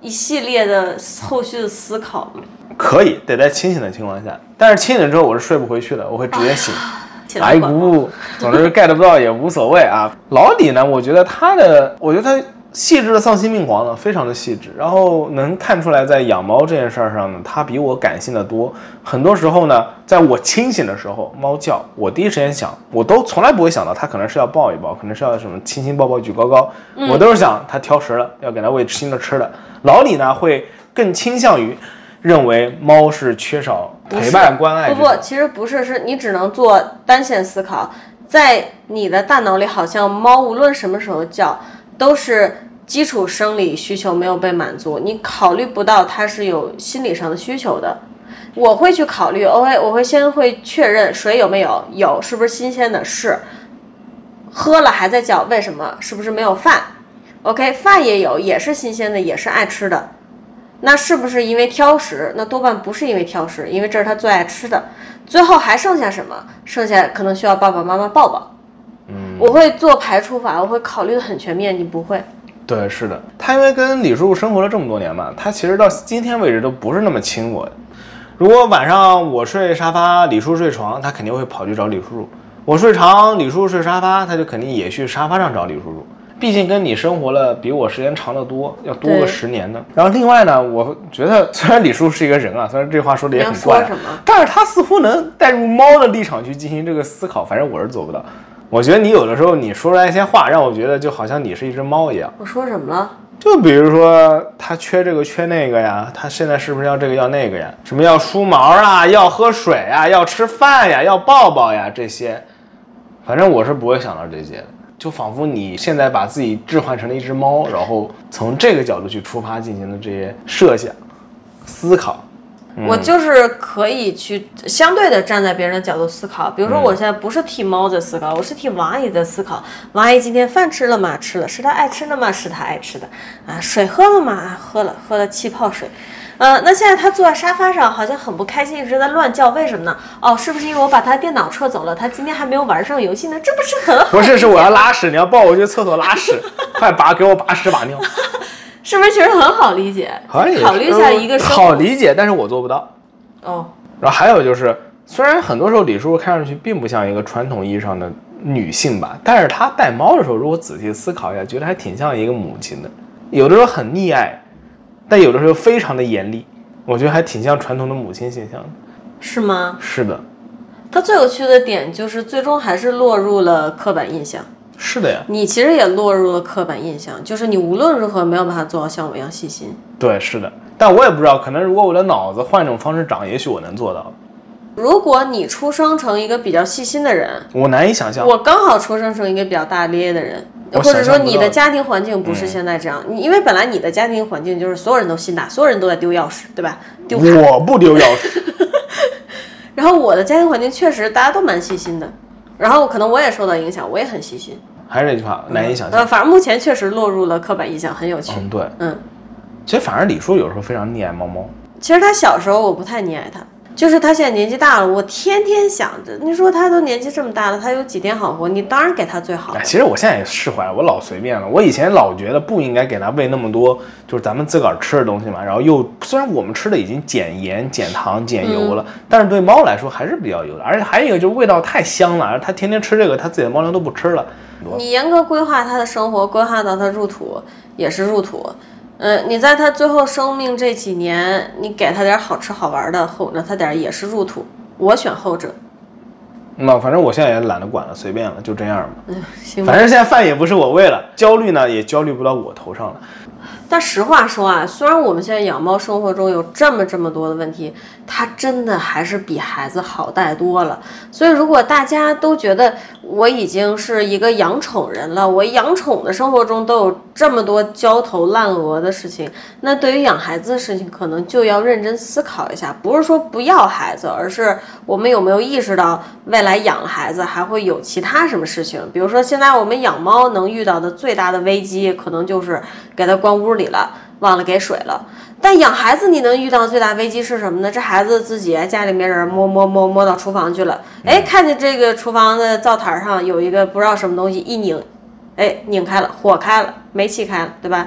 一系列的后续的思考吗？可以，得在清醒的情况下，但是清醒之后我是睡不回去的，我会直接醒。起哎来管吗不，总之 get 不到也无所谓啊。老李呢，我觉得他的，我觉得他细致的丧心病狂呢，非常的细致。然后能看出来，在养猫这件事儿上呢，他比我感性的多。很多时候呢，在我清醒的时候，猫叫，我第一时间想，我都从来不会想到它可能是要抱一抱，可能是要什么亲亲抱抱举高高，嗯我都是想它挑食了，要给它喂新的吃的。老李呢，会更倾向于认为猫是缺少不陪是伴关爱这不种。不，其实不是，是你只能做单线思考，在你的大脑里，好像猫无论什么时候叫，都是基础生理需求没有被满足，你考虑不到它是有心理上的需求的。我会去考虑，OK，我会先会确认水有没有，有是不是新鲜的，是。喝了还在叫，为什么？是不是没有饭？OK，饭也有，也是新鲜的，也是爱吃的。那是不是因为挑食？那多半不是因为挑食，因为这是他最爱吃的。最后还剩下什么？剩下可能需要爸爸妈妈抱抱。嗯，我会做排除法，我会考虑的很全面，你不会。对，是的，他因为跟李叔叔生活了这么多年嘛，他其实到今天为止都不是那么亲我的。如果晚上我睡沙发，李叔睡床，他肯定会跑去找李叔叔；我睡床，李叔睡沙发，他就肯定也去沙发上找李叔叔。毕竟跟你生活了比我时间长得多，要多个对十年呢。然后另外呢，我觉得虽然李叔是一个人啊，虽然这话说的也你很要说怪啊什么，但是他似乎能带入猫的立场去进行这个思考，反正我是做不到。我觉得你有的时候你说出来一些话，让我觉得就好像你是一只猫一样。我说什么了？就比如说他缺这个缺那个呀，他现在是不是要这个要那个呀？什么要梳毛啊，要喝水啊，要吃饭呀，要抱抱呀这些，反正我是不会想到这些的。就仿佛你现在把自己置换成了一只猫，然后从这个角度去出发进行的这些设想、思考。我就是可以去呃相对的站在别人的角度思考，比如说我现在不是替猫在思考，我是替王阿姨在思考。王阿姨今天饭吃了吗？吃了，是她爱吃的吗？是她爱吃的啊。水喝了吗？啊，喝了，喝了气泡水。呃，那现在她坐在沙发上，好像很不开心，一直在乱叫，为什么呢？哦，是不是因为我把她电脑撤走了？她今天还没有玩上游戏呢，这不是很好？不是，是我要拉屎，你要抱我去厕所拉屎， 快拔给我拔屎把尿。是不是其实很好理解？好像也是 考虑一下一个生哎好理解，但是我做不到。哦，然后还有就是，虽然很多时候李叔叔看上去并不像一个传统意义上的女性吧，但是她带猫的时候，如果仔细思考一下，觉得还挺像一个母亲的。有的时候很溺爱，但有的时候非常的严厉，我觉得还挺像传统的母亲形象的。是吗？是的，她最有趣的点就是最终还是落入了刻板印象。是的呀，你其实也落入了刻板印象，就是你无论如何没有办法做到像我一样细心。对，是的。但我也不知道，可能如果我的脑子换一种方式长，也许我能做到。如果你出生成一个比较细心的人，我难以想象。我刚好出生成一个比较大咧咧的人，我或者想说象不到嗯你的家庭环境不是现在这样，你因为本来你的家庭环境就是所有人都心大，所有人都在丢钥匙，对吧？丢卡。我不丢钥匙， 然后我的家庭环境确实大家都蛮细心的，然后可能我也受到影响，我也很细心。还是那句话，难以想象呃，。反正目前确实落入了刻板印象，很有趣。嗯，对。嗯其实反而李叔有时候非常溺爱猫猫。其实他小时候我不太溺爱他，就是他现在年纪大了，我天天想着，你说他都年纪这么大了，他有几天好活？你当然给他最好哎，。其实我现在也释怀了，我老随便了。我以前老觉得不应该给它喂那么多，就是咱们自个儿吃的东西嘛。然后又虽然我们吃的已经减盐、减糖、减油了，但是对猫来说还是比较油的。而且还有一个就是味道太香了，而它天天吃这个，它自己的猫粮都不吃了。你严格规划他的生活，规划到他入土也是入土。嗯，你在他最后生命这几年，你给他点好吃好玩的，哄着他点也是入土。我选后者，那反正我现在也懒得管了，随便了，就这样吧。哎行吧反。正现在饭也不是我喂了，焦虑呢也焦虑不到我头上了。但实话说啊，虽然我们现在养猫生活中有这么这么多的问题，它真的还是比孩子好带多了。所以如果大家都觉得我已经是一个养宠人了，我养宠的生活中都有这么多焦头烂额的事情，那对于养孩子的事情，可能就要认真思考一下，不是说不要孩子，而是我们有没有意识到未来养了孩子还会有其他什么事情？比如说现在我们养猫能遇到的最大的危机，可能就是给它关屋里了，忘了给水了。但养孩子你能遇到最大危机是什么呢？这孩子自己家里没人摸摸摸摸到厨房去了，哎，看见这个厨房的灶台上有一个不知道什么东西，一拧，哎，拧开了，火开了，煤气开了，对吧？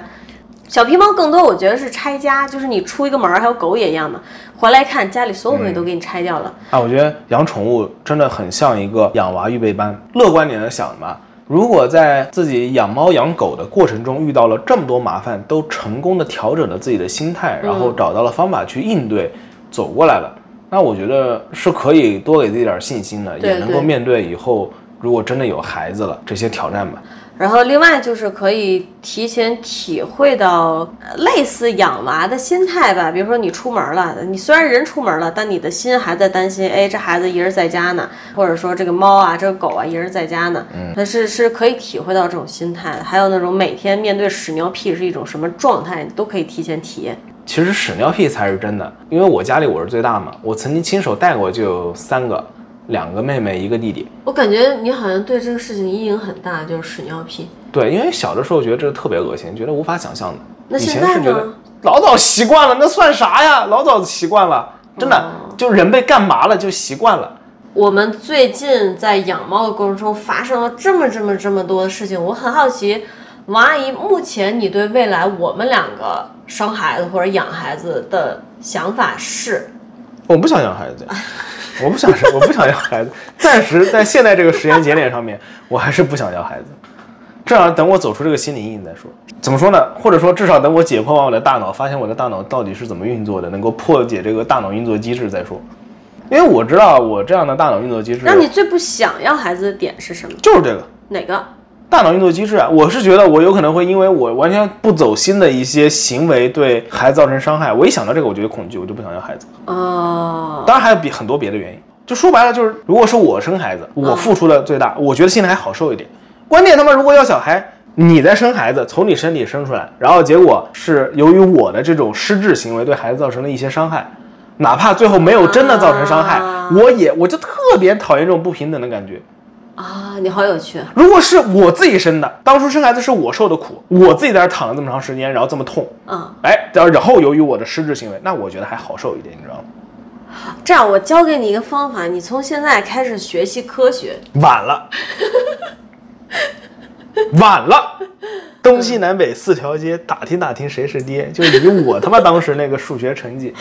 小皮猫更多我觉得是拆家，就是你出一个门儿，还有狗也一样嘛，回来看家里所有东西都给你拆掉了。啊，我觉得养宠物真的很像一个养娃预备班。乐观点的想吧，如果在自己养猫养狗的过程中遇到了这么多麻烦，都成功的调整了自己的心态，然嗯后找到了方法去应对，走过来了，那我觉得是可以多给自己点信心的，对也能够对面对以后如果真的有孩子了这些挑战吧。然后另外就是可以提前体会到呃类似养娃的心态吧，比如说你出门了，你虽然人出门了，但你的心还在担心，哎，这孩子一人在家呢，或者说这个猫啊，这个狗啊一人在家呢，那是是可以体会到这种心态的。还有那种每天面对屎尿屁是一种什么状态，你都可以提前体验。其实屎尿屁才是真的，因为我家里我是最大嘛，我曾经亲手带过就有三个，两个妹妹一个弟弟。我感觉你好像对这个事情阴影很大，就是屎尿屁。对，因为小的时候觉得这特别恶心，觉得无法想象的。那以现前在是觉得呢老早习惯了，那算啥呀？老早习惯了，真的，哦就人被干嘛了就习惯了。我们最近在养猫的过程中发生了这么这么这么多的事情，我很好奇，王阿姨，目前你对未来我们两个生孩子或者养孩子的想法是？我不想养孩 子，我不想生，我不想要孩子。暂时在现在这个时间节点上面，我还是不想要孩子。至少等我走出这个心理阴影再说。怎么说呢？或者说，至少等我解剖完我的大脑，发现我的大脑到底是怎么运作的，能够破解这个大脑运作机制再说。因为我知道我这样的大脑运作机制，那你最不想要孩子的点是什么？就是这个。哪个？大脑运作机制啊，我是觉得我有可能会因为我完全不走心的一些行为对孩子造成伤害。我一想到这个，我就有恐惧，我就不想要孩子。嗯哦，当然还有比很多别的原因。就说白了，就是如果是我生孩子，我付出的最大，我觉得心里还好受一点。关键他们如果要小孩，你在生孩子，从你身体生出来，然后结果是由于我的这种失智行为对孩子造成了一些伤害，哪怕最后没有真的造成伤害，啊我也我就特别讨厌这种不平等的感觉。啊，你好有趣。如果是我自己生的，当初生孩子是我受的苦，我自己在这儿躺了这么长时间，然后这么痛，嗯，哎，然后然后由于我的失智行为，那我觉得还好受一点，你知道吗？这样我教给你一个方法，你从现在开始学习科学。晚 了，晚了，东西南北四条街，打听打听谁是爹，就以我他妈当时那个数学成绩、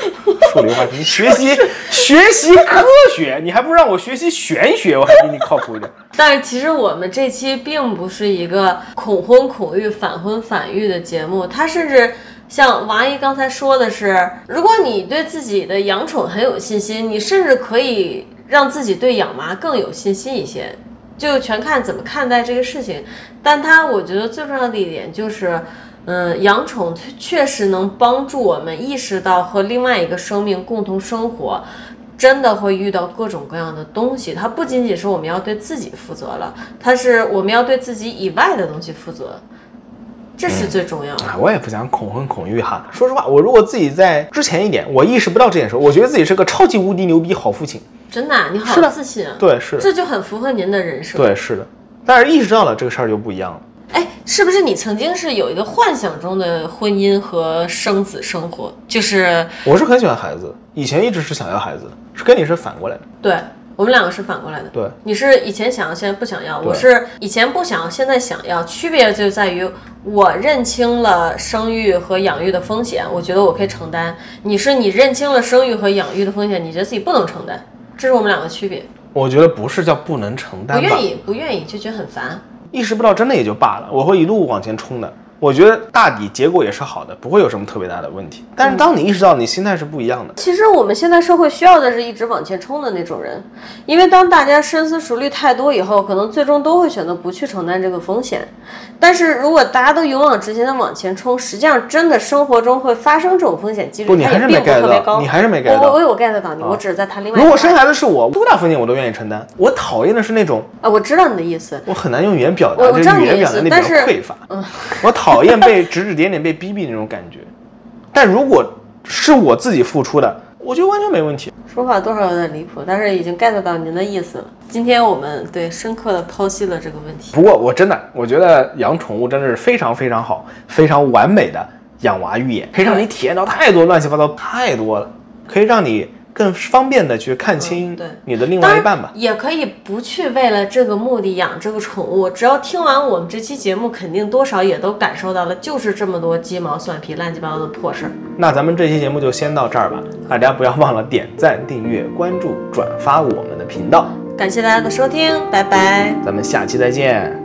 数理化成绩，学 习学习科学，你还不让我学习玄学，我还比你靠谱一点。但是其实我们这期并不是一个恐婚恐育、反婚反育的节目，它甚至像王阿姨刚才说的是，如果你对自己的养宠很有信心，你甚至可以让自己对养娃更有信心一些，就全看怎么看待这个事情。但它我觉得最重要的一点就是。嗯，养宠确实能帮助我们意识到和另外一个生命共同生活，真的会遇到各种各样的东西。它不仅仅是我们要对自己负责了，它是我们要对自己以外的东西负责，这是最重要的。哎我也不想恐婚恐育哈。说实话，我如果自己在之前一点，我意识不到这件事，我觉得自己是个超级无敌牛逼好父亲。真的啊、你好是的自信啊！对，是的，这就很符合您的人设。对，是的。但是意识到了这个事儿就不一样了。哎，是不是你曾经是有一个幻想中的婚姻和生子生活？就是我是很喜欢孩子，以前一直是想要孩子的，是跟你是反过来的。对我们两个是反过来的。对，你是以前想要，现在不想要；对我是以前不想要，现在想要。区别就在于我认清了生育和养育的风险，我觉得我可以承担；你是你认清了生育和养育的风险，你觉得自己不能承担。这是我们两个区别。我觉得不是叫不能承不担吧愿，意，不愿意就觉得很烦。意识不到真的也就罢了，我会一路往前冲的。我觉得大抵结果也是好的，不会有什么特别大的问题。但是当你意识到你心态是不一样的，其实我们现在社会需要的是一直往前冲的那种人，因为当大家深思熟虑太多以后，可能最终都会选择不去承担这个风险。但是如果大家都勇往直前的往前冲，实际上真的生活中会发生这种风险几不，率你它还也是没并不 get 特别到，高你。还是没我 get 我到啊我。有 get 到你，我只是在谈另外一如个果生孩子是我，多大风险我都愿意承担。我讨厌的是那种啊，我知道你的意思，我很难用语言表达，我我就知道是语你的言意表思达力比较但是匮嗯乏。 我讨厌被指指点点、被逼逼那种感觉。但如果是我自己付出的，我觉得完全没问题。说法多少有点离谱，但是已经 get 到您的意思了。今天我们对深刻的剖析了这个问题。不过我真的，我觉得养宠物真的是非常非常好、非常完美的养娃育野，可以让你体验到太多乱七八糟太多了，可以让你更方便的去看清嗯对你的另当外一然半吧。也可以不去为了这个目的养这个宠物，只要听完我们这期节目，肯定多少也都感受到了，就是这么多鸡毛蒜皮、乱七八糟的破事儿。那咱们这期节目就先到这儿吧，大家不要忘了点赞、订阅、关注、转发我们的频道，感谢大家的收听，拜拜。咱们下期再见。